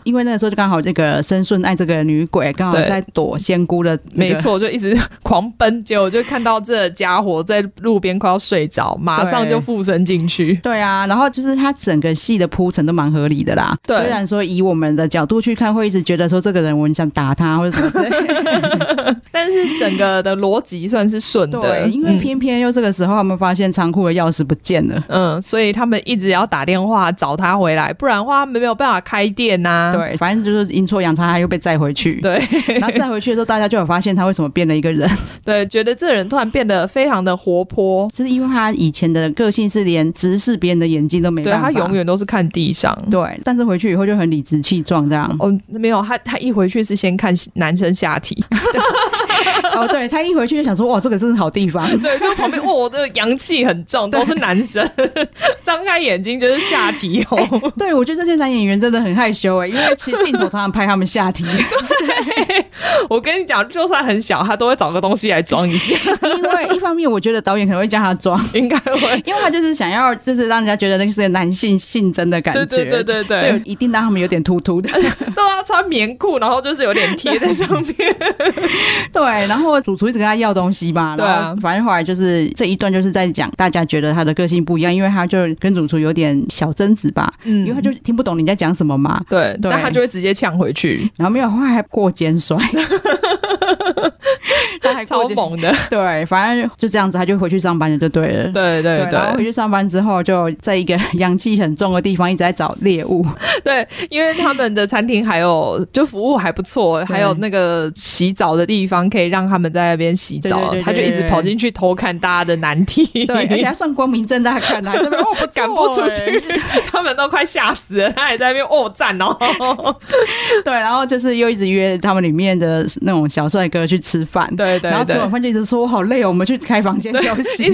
[SPEAKER 2] 因为那个时候就刚好这个深顺爱这个女鬼刚好
[SPEAKER 1] 对
[SPEAKER 2] 在躲仙姑的、
[SPEAKER 1] 没，错，就一直狂奔，结果就看到这家伙在路边快要睡着，马上就附身进去。
[SPEAKER 2] 对啊，然后就是它整个戏的铺陈都蛮合理的啦。
[SPEAKER 1] 对
[SPEAKER 2] 虽然说以我们的角度去看，会一直觉得说这个人我很想打他或者什么之类的。
[SPEAKER 1] 但是整个的逻辑算是顺
[SPEAKER 2] [laughs]
[SPEAKER 1] 的，
[SPEAKER 2] 对，因为
[SPEAKER 1] 嗯
[SPEAKER 2] 偏偏又这个时候他们发现仓库的钥匙不见了。
[SPEAKER 1] 嗯，所以他们一直要打电话找他回来，不然的话他们没有办法开店呐、
[SPEAKER 2] 对，反正就是阴错阳差，他又被载回去。
[SPEAKER 1] 对
[SPEAKER 2] 然后载回去的时候，大家就有发现他为什么变了一个人， [laughs]
[SPEAKER 1] 对，觉得这人突然变得非常的活泼，
[SPEAKER 2] 就是因为他以前的个性是连直视别人的眼睛都没
[SPEAKER 1] 对
[SPEAKER 2] 办法。
[SPEAKER 1] 他永远都是看地上。
[SPEAKER 2] 对，但是回去以后就很理直气壮这样。
[SPEAKER 1] 哦，没有，他他一回去是先看男生下体，
[SPEAKER 2] [laughs] 哦，对他一回去就想说，哇，这个真是好地方。
[SPEAKER 1] [laughs] 对，就旁边哇，我的阳气很重，都是男生， [laughs] 张开眼睛就是下体 [laughs] 哦。
[SPEAKER 2] [laughs] 对，我觉得这些男演员真的很害羞哎，因为其实镜头常常拍他们下体，
[SPEAKER 1] 我跟你讲，就算很小，他都会找个东西来装一下，
[SPEAKER 2] 因为一方面我觉得导演可能会叫他装，
[SPEAKER 1] [laughs] 应该会。
[SPEAKER 2] 因为他就是想要就是让人家觉得那是个男性性征的感觉，
[SPEAKER 1] 对对对对对
[SPEAKER 2] 所以一定让他们有点突
[SPEAKER 1] [laughs]
[SPEAKER 2] 突的。
[SPEAKER 1] 都要穿棉裤，然后就是有点贴在上面。
[SPEAKER 2] 对，然后主厨一直跟他要东西吧，
[SPEAKER 1] 对啊
[SPEAKER 2] 然后反正后来就是这一段就是在讲大家觉得他的个性不一样，因为他就跟主厨有点小争执吧，
[SPEAKER 1] 嗯
[SPEAKER 2] 因为他就听不懂人家讲什么嘛，
[SPEAKER 1] 对，
[SPEAKER 2] 对
[SPEAKER 1] 那他就会直接呛回去，
[SPEAKER 2] 然后没有，后来还过肩
[SPEAKER 1] [laughs]
[SPEAKER 2] 摔，他还过
[SPEAKER 1] 超
[SPEAKER 2] 肩，
[SPEAKER 1] 猛的。
[SPEAKER 2] 对，反正就这样子，他就回去上班了，就对了。
[SPEAKER 1] 对对对
[SPEAKER 2] 然后回去上班之后，就在一个 [laughs] 阳气很重的地方一直在找猎物。
[SPEAKER 1] [laughs] 对，因为他们的餐厅还有就服务还不错，还有那个洗澡的地方可以让他们在那边洗
[SPEAKER 2] 对对
[SPEAKER 1] 澡
[SPEAKER 2] 对，对
[SPEAKER 1] 他就一直跑进去偷看大家的难题，
[SPEAKER 2] 对，而且
[SPEAKER 1] [laughs]
[SPEAKER 2] 还算光明正大看他，这边哦不
[SPEAKER 1] 赶不
[SPEAKER 2] 错
[SPEAKER 1] 出
[SPEAKER 2] 欸
[SPEAKER 1] 去， [laughs] 他们都快吓死了，他还在那边哦赞
[SPEAKER 2] [laughs]
[SPEAKER 1] 哦，
[SPEAKER 2] [laughs] 对，然后就是又一直约他们里面的那种小帅哥去吃饭。
[SPEAKER 1] 对对
[SPEAKER 2] 然后吃
[SPEAKER 1] 对
[SPEAKER 2] 完，饭就一直说：“我好累哦，我们去开房
[SPEAKER 1] [laughs]
[SPEAKER 2] 间休息。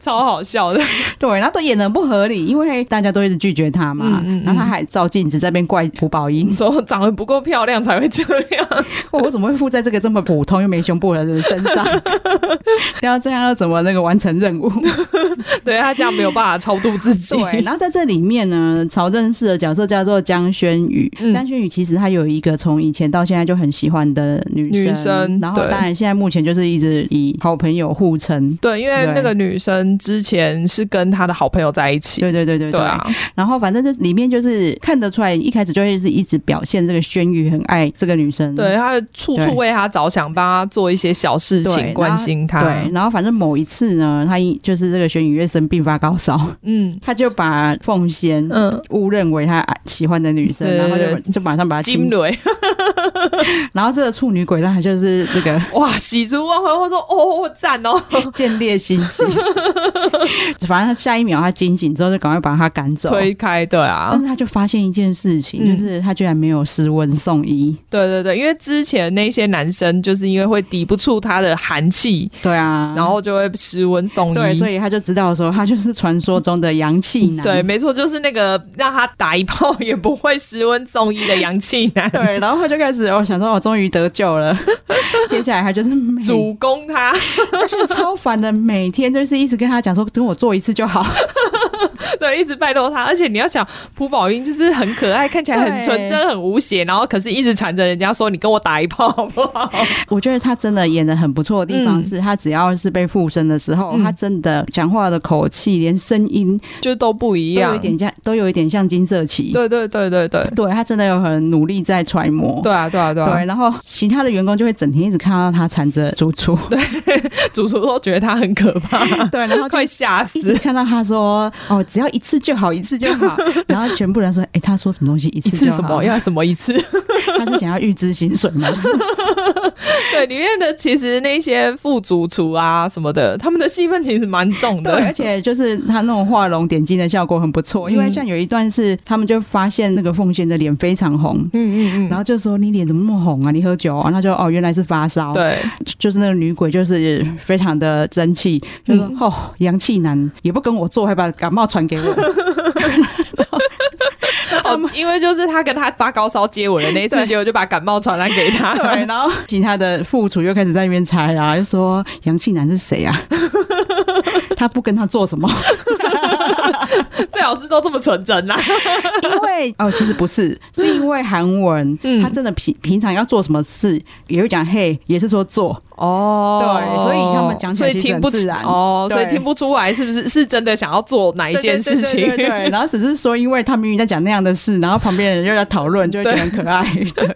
[SPEAKER 1] 超好笑的，” [laughs]
[SPEAKER 2] 对，然后都演的不合理，因为大家都一直拒绝他嘛。
[SPEAKER 1] 嗯嗯嗯
[SPEAKER 2] 然后他还照镜子在那边怪朴宝英 [laughs]
[SPEAKER 1] 说长得不够漂亮才会这样，：“
[SPEAKER 2] 哦我怎么会附在这个这么普通又没胸部的人身上？ [laughs] 要这样要怎么那个完成任务？”
[SPEAKER 1] 对他这样没有办法超度自己，
[SPEAKER 2] 对，然后在这里面呢，曹正式的角色叫做江轩宇。
[SPEAKER 1] 嗯
[SPEAKER 2] 江轩宇其实他有一个从以前到现在就很喜欢的女生，
[SPEAKER 1] 女生
[SPEAKER 2] 然后
[SPEAKER 1] 对
[SPEAKER 2] 当然现在目前就是一直以好朋友互称。
[SPEAKER 1] [laughs] 对，因为那个女生之前是跟她的好朋友在一起，
[SPEAKER 2] 对对对对
[SPEAKER 1] 对啊，
[SPEAKER 2] 然后反正就里面就是看得出来，一开始就会是一直表现这个轩宇很爱这个女生。
[SPEAKER 1] 对，他处
[SPEAKER 2] 嗯对
[SPEAKER 1] 处为她着想，帮她做一些小事
[SPEAKER 2] 对然
[SPEAKER 1] 情，
[SPEAKER 2] 后
[SPEAKER 1] 关心她。
[SPEAKER 2] 对，然后反正某一次呢，他一就是这个轩宇越生病发高烧， [laughs]
[SPEAKER 1] 嗯
[SPEAKER 2] 他就把凤仙
[SPEAKER 1] 嗯，
[SPEAKER 2] 误认为他喜欢的女生，
[SPEAKER 1] 对
[SPEAKER 2] 然后
[SPEAKER 1] 对
[SPEAKER 2] 就就马上把他
[SPEAKER 1] 金
[SPEAKER 2] 亲
[SPEAKER 1] 蕊
[SPEAKER 2] 然后这个处女鬼呢，就是这个
[SPEAKER 1] 哇，喜出望外，我说哦赞哦，
[SPEAKER 2] [laughs] 见猎心喜，反正他下一秒他惊醒之后，就赶快把他赶走。
[SPEAKER 1] 推开对
[SPEAKER 2] 但
[SPEAKER 1] 啊，
[SPEAKER 2] 是他就发现一件事情，
[SPEAKER 1] 嗯
[SPEAKER 2] 就是他居然没有施温送医。
[SPEAKER 1] 对对对，因为之前那些男生就是因为会抵不住她的寒气，
[SPEAKER 2] 对啊，
[SPEAKER 1] 然后就会失温送医。
[SPEAKER 2] 对，所以他就知道说他就是传说中的阳气男。 [laughs]
[SPEAKER 1] 对，没错，就是那个让他打一炮 [laughs] 也不会失温送医的阳气男，
[SPEAKER 2] 对，然后他就开始，我、哦想说，我终于得救了。 [laughs] 接下来他就是每，
[SPEAKER 1] 主攻他。
[SPEAKER 2] 他就是超烦的，每天就是一直跟他讲说，跟我做一次 [laughs] 就好。
[SPEAKER 1] 对，一直拜托他，而且你要想，朴宝英就是很可爱，看起来很纯真、很无邪，然后可是一直缠着人家说你跟我打一炮好不好？
[SPEAKER 2] 我觉得他真的演的很不错的地方
[SPEAKER 1] 嗯
[SPEAKER 2] 是，他只要是被附身的时候，
[SPEAKER 1] 嗯
[SPEAKER 2] 他真的讲话的口气，连声音
[SPEAKER 1] [laughs] 就都不一
[SPEAKER 2] 都有
[SPEAKER 1] 样
[SPEAKER 2] 一，点像，都有一点像金色旗。
[SPEAKER 1] 对对对对对，
[SPEAKER 2] 对，他真的有很努力在揣摩。
[SPEAKER 1] 对啊对啊对啊，
[SPEAKER 2] 对，然后其他的员工就会整天一直看到他缠着主厨，
[SPEAKER 1] 主厨都觉 [laughs] 得他很可怕，
[SPEAKER 2] 对，然后就
[SPEAKER 1] 快吓
[SPEAKER 2] [laughs] 一直
[SPEAKER 1] 死。
[SPEAKER 2] 看到他说哦，只要一次就好，一次就
[SPEAKER 1] [laughs]
[SPEAKER 2] 好。然后全部人说，哎、他说什么东西一
[SPEAKER 1] 一
[SPEAKER 2] 次
[SPEAKER 1] 次
[SPEAKER 2] 就
[SPEAKER 1] 什
[SPEAKER 2] 好
[SPEAKER 1] 么？要什么一 [laughs] 次？
[SPEAKER 2] [laughs] 他是想要预支薪水
[SPEAKER 1] [laughs]
[SPEAKER 2] 吗？
[SPEAKER 1] 对，里面的其实那些副主厨啊什么的，他们的戏份其实蛮重
[SPEAKER 2] 对，
[SPEAKER 1] 的。
[SPEAKER 2] 而且就是他那种画龙点睛的效果很不错，因为
[SPEAKER 1] 嗯
[SPEAKER 2] 像有一段是他们就发现那个凤仙的脸非常红。
[SPEAKER 1] [laughs] 嗯嗯
[SPEAKER 2] 然
[SPEAKER 1] 嗯，
[SPEAKER 2] 后就说你脸怎么那么红啊？你喝酒啊？那就哦，原来是发烧。，
[SPEAKER 1] [laughs] 对
[SPEAKER 2] 就是那个女鬼，就是非常的争气，就说、
[SPEAKER 1] 嗯
[SPEAKER 2] 哦，阳气男也不跟我做，还把感冒传给我。
[SPEAKER 1] [laughs] 哦，因为就是他跟他发高烧接吻的那一次，
[SPEAKER 2] 对
[SPEAKER 1] 结果就把感冒传染给他。
[SPEAKER 2] 对，然后
[SPEAKER 1] [laughs]
[SPEAKER 2] 其他的副厨又开始在那边猜啊，就说阳气男是谁啊？他不跟他做什么？
[SPEAKER 1] 这老师都这么纯真啊啦、
[SPEAKER 2] 因为哦，其实不是，是因为韩文，
[SPEAKER 1] 嗯
[SPEAKER 2] 他真的平平常要做什么事，也会讲嘿，也是说做。
[SPEAKER 1] 哦
[SPEAKER 2] 对所以他们讲起来
[SPEAKER 1] 所以
[SPEAKER 2] 其实
[SPEAKER 1] 听
[SPEAKER 2] 很
[SPEAKER 1] 不
[SPEAKER 2] 自然
[SPEAKER 1] 哦，所以
[SPEAKER 2] 对
[SPEAKER 1] 听不出来是不是是真的想要做哪一件事情？
[SPEAKER 2] 对对对
[SPEAKER 1] [laughs]
[SPEAKER 2] 对对对然后只是说，因为他明明在讲那样的事，然后旁边的人又在讨
[SPEAKER 1] [laughs]
[SPEAKER 2] 论，就会觉得很可爱。 [laughs] 对，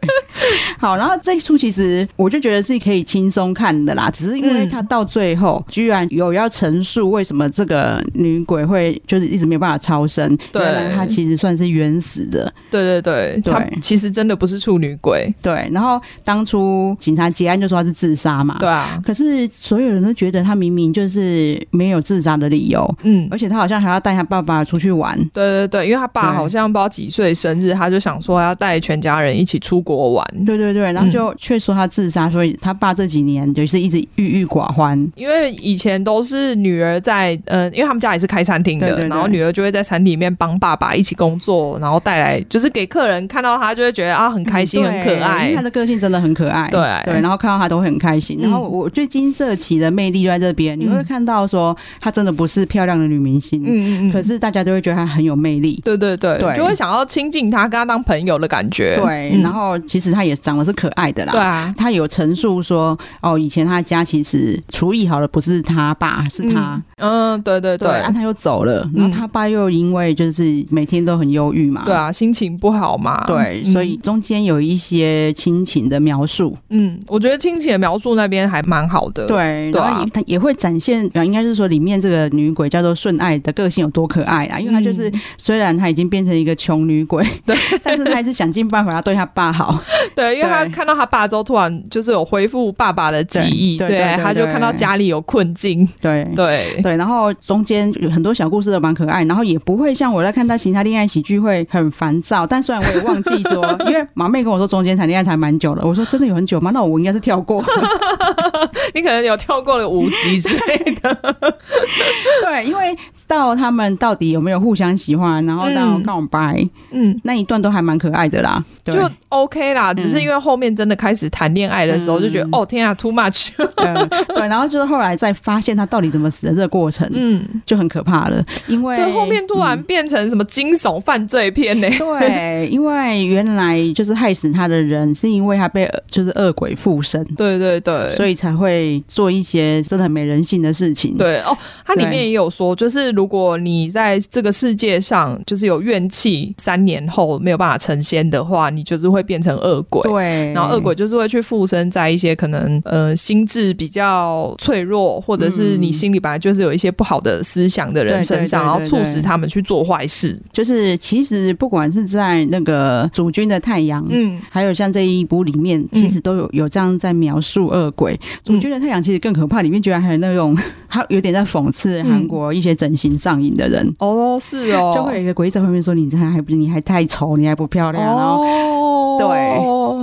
[SPEAKER 2] 好，然后这一出其实我就觉得是可以轻松看的啦，只是因为他到最后、
[SPEAKER 1] 嗯
[SPEAKER 2] 居然有要陈述为什么这个女鬼会就是一直没有办法超生，
[SPEAKER 1] 对
[SPEAKER 2] 原来她其实算是冤死的。
[SPEAKER 1] 对对对
[SPEAKER 2] 对
[SPEAKER 1] 他其实真的不是处女鬼，
[SPEAKER 2] 对，然后当初警察结案就说她是自杀嘛，
[SPEAKER 1] 对。啊，
[SPEAKER 2] 可是所有人都觉得她明明就是没有自杀的理由，
[SPEAKER 1] 嗯，
[SPEAKER 2] 而且她好像还要带她爸爸出去玩，
[SPEAKER 1] 对对对，因为他爸
[SPEAKER 2] 对
[SPEAKER 1] 好像不知道几岁生日，他就想说要带全家人一起出国玩，
[SPEAKER 2] 对对对，然后就却说他自杀，所以他爸这几年就是一直郁郁寡欢。
[SPEAKER 1] 因为以前都是女儿在，呃，因为他们家也是开餐厅的，
[SPEAKER 2] 对对对
[SPEAKER 1] 然后女儿就会在餐厅里面帮爸爸一起工作，然后带来就是给客人看到他就会觉得啊很开心、很可
[SPEAKER 2] 嗯对因
[SPEAKER 1] 爱
[SPEAKER 2] 为他，的个性真的很可爱。
[SPEAKER 1] 对
[SPEAKER 2] 对，然后看到他都会很开心。
[SPEAKER 1] 嗯
[SPEAKER 2] 然后我觉得金色旗的魅力就在这边，你会
[SPEAKER 1] 嗯
[SPEAKER 2] 看到说她真的不是漂亮的女明星，
[SPEAKER 1] 嗯嗯嗯，
[SPEAKER 2] 可是大家都会觉得她很有魅力。
[SPEAKER 1] 对对对，
[SPEAKER 2] 对
[SPEAKER 1] 就会想要亲近他，跟他当朋友的感觉，
[SPEAKER 2] 对，
[SPEAKER 1] 嗯
[SPEAKER 2] 然后其实她也长得是可爱的啦。
[SPEAKER 1] 对啊，
[SPEAKER 2] 他有陈述说，哦，以前他家其实厨艺好的不是他爸，是他。
[SPEAKER 1] 嗯，嗯，对对对
[SPEAKER 2] 对，。啊，他又走了，
[SPEAKER 1] 嗯
[SPEAKER 2] 然后他爸又因为就是每天都很忧郁嘛，
[SPEAKER 1] 对啊，心情不好嘛。
[SPEAKER 2] 对，
[SPEAKER 1] 嗯
[SPEAKER 2] 所以中间有一些亲情的描述，
[SPEAKER 1] 嗯，我觉得亲戚的描述那边还蛮好的。
[SPEAKER 2] 对，
[SPEAKER 1] 对啊
[SPEAKER 2] 然后也它也会展现，呃应该是说里面这个女鬼叫做顺爱的个性有多可爱啊，因为她就是、
[SPEAKER 1] 嗯
[SPEAKER 2] 虽然她已经变成一个穷女鬼，
[SPEAKER 1] 对，
[SPEAKER 2] [laughs] 但是她还是想尽办法要对她爸
[SPEAKER 1] [laughs]
[SPEAKER 2] 好，
[SPEAKER 1] 对，因为他
[SPEAKER 2] 对
[SPEAKER 1] 看到他爸之后，突然就是有恢复爸爸的记忆，
[SPEAKER 2] 对
[SPEAKER 1] 所
[SPEAKER 2] 对
[SPEAKER 1] 以
[SPEAKER 2] 对对
[SPEAKER 1] 他就
[SPEAKER 2] 对
[SPEAKER 1] 看到家里有困境。
[SPEAKER 2] 对。
[SPEAKER 1] 对，
[SPEAKER 2] 对，然后中间有很多小故事都蛮可爱，然后也不会像我在看到其他恋爱喜剧会很烦躁。但虽然我也忘记
[SPEAKER 1] [laughs]
[SPEAKER 2] 说，因为马妹跟我说中间谈恋爱谈蛮久了，我说真的有很久吗？那我应该是跳过。
[SPEAKER 1] 你可能有跳过了五集之类的。
[SPEAKER 2] [laughs] 对，因为到他们到底有没有互相喜欢，然后到
[SPEAKER 1] 嗯
[SPEAKER 2] 告白、
[SPEAKER 1] 嗯，
[SPEAKER 2] 那一段都还蛮可爱的啦。对
[SPEAKER 1] 就 OK 啦，只是
[SPEAKER 2] 嗯
[SPEAKER 1] 因为后面真的开始谈恋爱的时候，就觉得
[SPEAKER 2] 嗯
[SPEAKER 1] 哦天啊，too much。
[SPEAKER 2] 嗯对，然后就是后来再发现他到底怎么死的这个过程，
[SPEAKER 1] 嗯，
[SPEAKER 2] 就很可怕了，因为嗯
[SPEAKER 1] 对，后面突然变成什么惊悚犯罪片呢？
[SPEAKER 2] 对，因为原来就是害死他的人，是因为他被恶就是恶鬼附身，
[SPEAKER 1] [laughs] 对对对，
[SPEAKER 2] 所以才会做一些真的很没人性的事情。
[SPEAKER 1] 对哦，它里
[SPEAKER 2] 对
[SPEAKER 1] 面也有说，就是如果你在这个世界上就是有怨气，三年后没有办法成仙的话，你就是会变成恶鬼。
[SPEAKER 2] 对，
[SPEAKER 1] 然后恶鬼就是会去附身在一些可能呃心智比较脆弱，或者是你
[SPEAKER 2] 嗯
[SPEAKER 1] 心里本来就是有一些不好的思想的人
[SPEAKER 2] 对
[SPEAKER 1] 身
[SPEAKER 2] 对
[SPEAKER 1] 上，
[SPEAKER 2] 对
[SPEAKER 1] 然后
[SPEAKER 2] 对
[SPEAKER 1] 促
[SPEAKER 2] 对
[SPEAKER 1] 使他们去做坏事。
[SPEAKER 2] 就是其实不管是在那个主君的太阳，
[SPEAKER 1] 嗯，
[SPEAKER 2] 还有像这一部里面，其实都有有这样在描述恶鬼。
[SPEAKER 1] 嗯
[SPEAKER 2] 我觉得太阳其实更可怕，里面居然还有那种， [laughs] 他有点在讽刺韩国一些整形上瘾的人。
[SPEAKER 1] 哦，是哦，
[SPEAKER 2] 就会有一个鬼在旁边说：“你还还不你还太丑，你还不漂亮。”然后
[SPEAKER 1] 哦，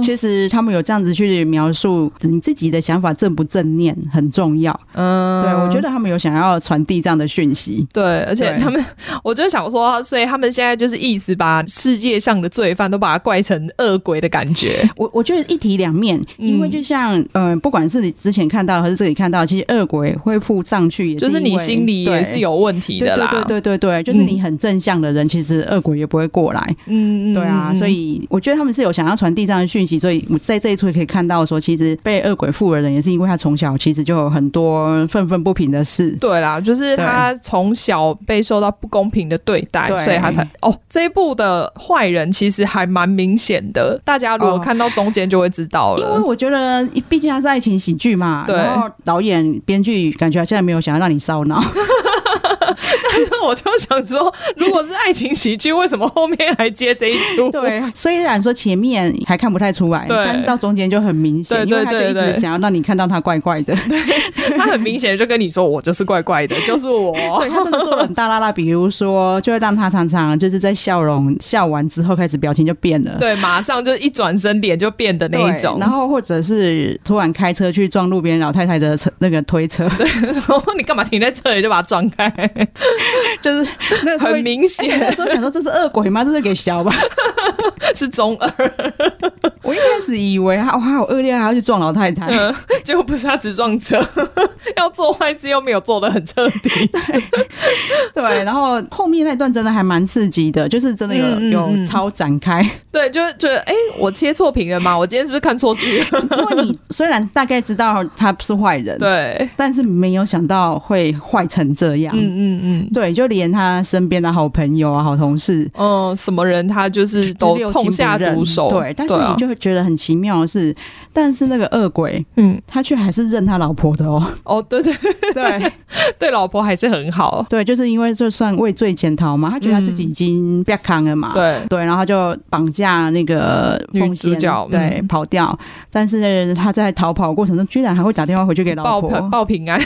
[SPEAKER 2] 其实他们有这样子去描述你自己的想法正不正念很重要。
[SPEAKER 1] 嗯，
[SPEAKER 2] 对我觉得他们有想要传递这样的讯息。
[SPEAKER 1] 对，而且
[SPEAKER 2] 对
[SPEAKER 1] 他们， [laughs] 我就想说，所以他们现在就是意思把世界上的罪犯都把它怪成恶鬼的感觉。
[SPEAKER 2] 我我觉得一体两面，
[SPEAKER 1] 嗯
[SPEAKER 2] 因为就像嗯、呃不管是你之前看到还是这里看到，其实恶鬼会附上去也是
[SPEAKER 1] 就是
[SPEAKER 2] 因
[SPEAKER 1] 你
[SPEAKER 2] 为
[SPEAKER 1] 心里也
[SPEAKER 2] 对
[SPEAKER 1] 是有问题的啦，
[SPEAKER 2] 对对对对对，就是你很正向的人，其实恶鬼也不会过来。
[SPEAKER 1] 嗯嗯，
[SPEAKER 2] 对啊，
[SPEAKER 1] 嗯
[SPEAKER 2] 所以我觉得他们是有想要传递这样的讯息，所以我在这一处也可以看到说，其实被恶鬼附的人也是因为他从小其实就有很多愤愤不平的事。
[SPEAKER 1] 对啦，就是他从小被受到不公平的对待，
[SPEAKER 2] 对
[SPEAKER 1] 所以他才哦，这一部的坏人其实还蛮明显的，大家如果
[SPEAKER 2] 哦
[SPEAKER 1] 看到中间就会知道
[SPEAKER 2] 因为
[SPEAKER 1] 了。
[SPEAKER 2] 我觉得，毕竟它是爱情喜剧嘛，
[SPEAKER 1] 对
[SPEAKER 2] 然后导演、编剧感觉好像没有想要让你烧脑，
[SPEAKER 1] [laughs] 但是我就想说，如果是爱情喜剧，为什么后面还接这一出？
[SPEAKER 2] 对， [laughs] 虽然说前面还看不太出来，
[SPEAKER 1] 对
[SPEAKER 2] 但到中间就很明显，
[SPEAKER 1] 对
[SPEAKER 2] 因为他就
[SPEAKER 1] 对
[SPEAKER 2] 一
[SPEAKER 1] 对
[SPEAKER 2] 直
[SPEAKER 1] 对
[SPEAKER 2] 想要让你看到他怪怪的，
[SPEAKER 1] 他很明显就跟你说，我就是怪怪的，就是我。
[SPEAKER 2] 对他真的做了很大拉拉，比如说，就会让他常常就是在笑容笑完之后开始表情就变了，
[SPEAKER 1] [laughs] 对，马上就一转身脸就变的那
[SPEAKER 2] 对
[SPEAKER 1] 一种。
[SPEAKER 2] 然后或者是突然开车去撞路边老太太的车那个推车，
[SPEAKER 1] [laughs] 然后你干嘛停在这里就把它撞 [laughs] 开？
[SPEAKER 2] [laughs] 就是那个时候
[SPEAKER 1] 很。明
[SPEAKER 2] 而且
[SPEAKER 1] 显
[SPEAKER 2] 那时候想说这是恶鬼吗？这是给小吧？
[SPEAKER 1] 是中二。
[SPEAKER 2] 我一开始以为他哇好恶劣，还要去撞老太太。
[SPEAKER 1] [laughs] 嗯， [laughs] 结果不是他只撞车， [laughs] 要做坏事又没有做的很彻底。
[SPEAKER 2] [laughs] 对，然后后面那段真的还蛮刺激的，就是真的有、
[SPEAKER 1] 嗯嗯嗯
[SPEAKER 2] 有超展开。
[SPEAKER 1] [laughs] 对，就是觉得哎、我切错屏了吗？我今天是不是看错剧？
[SPEAKER 2] 因为你虽然大概知道他是坏人，
[SPEAKER 1] [laughs] 对，
[SPEAKER 2] 但是没有想到会坏成这样。
[SPEAKER 1] 嗯嗯嗯。
[SPEAKER 2] 对，就连他身边的好朋友啊、好同事。
[SPEAKER 1] 嗯，什么人他就是都
[SPEAKER 2] 六亲
[SPEAKER 1] 痛
[SPEAKER 2] 不
[SPEAKER 1] 下
[SPEAKER 2] 认
[SPEAKER 1] 毒手，
[SPEAKER 2] 对，但是
[SPEAKER 1] 啊
[SPEAKER 2] 你就会觉得很奇妙的是，但是那个恶鬼
[SPEAKER 1] 嗯，
[SPEAKER 2] 他却还是认他老婆的哦，
[SPEAKER 1] 哦，对对
[SPEAKER 2] [laughs] 对
[SPEAKER 1] 对，老婆还是很好，
[SPEAKER 2] 对，就是因为就算畏罪潜逃嘛，他觉得他自己已经被坑了嘛，
[SPEAKER 1] 嗯对，
[SPEAKER 2] 对，然后他就绑架那个
[SPEAKER 1] 女
[SPEAKER 2] 凤仙
[SPEAKER 1] 主角
[SPEAKER 2] 对，
[SPEAKER 1] 嗯
[SPEAKER 2] 跑掉，但是他在逃跑的过程中，居然还会打电话回去给老
[SPEAKER 1] 报
[SPEAKER 2] 婆，
[SPEAKER 1] 平报平安，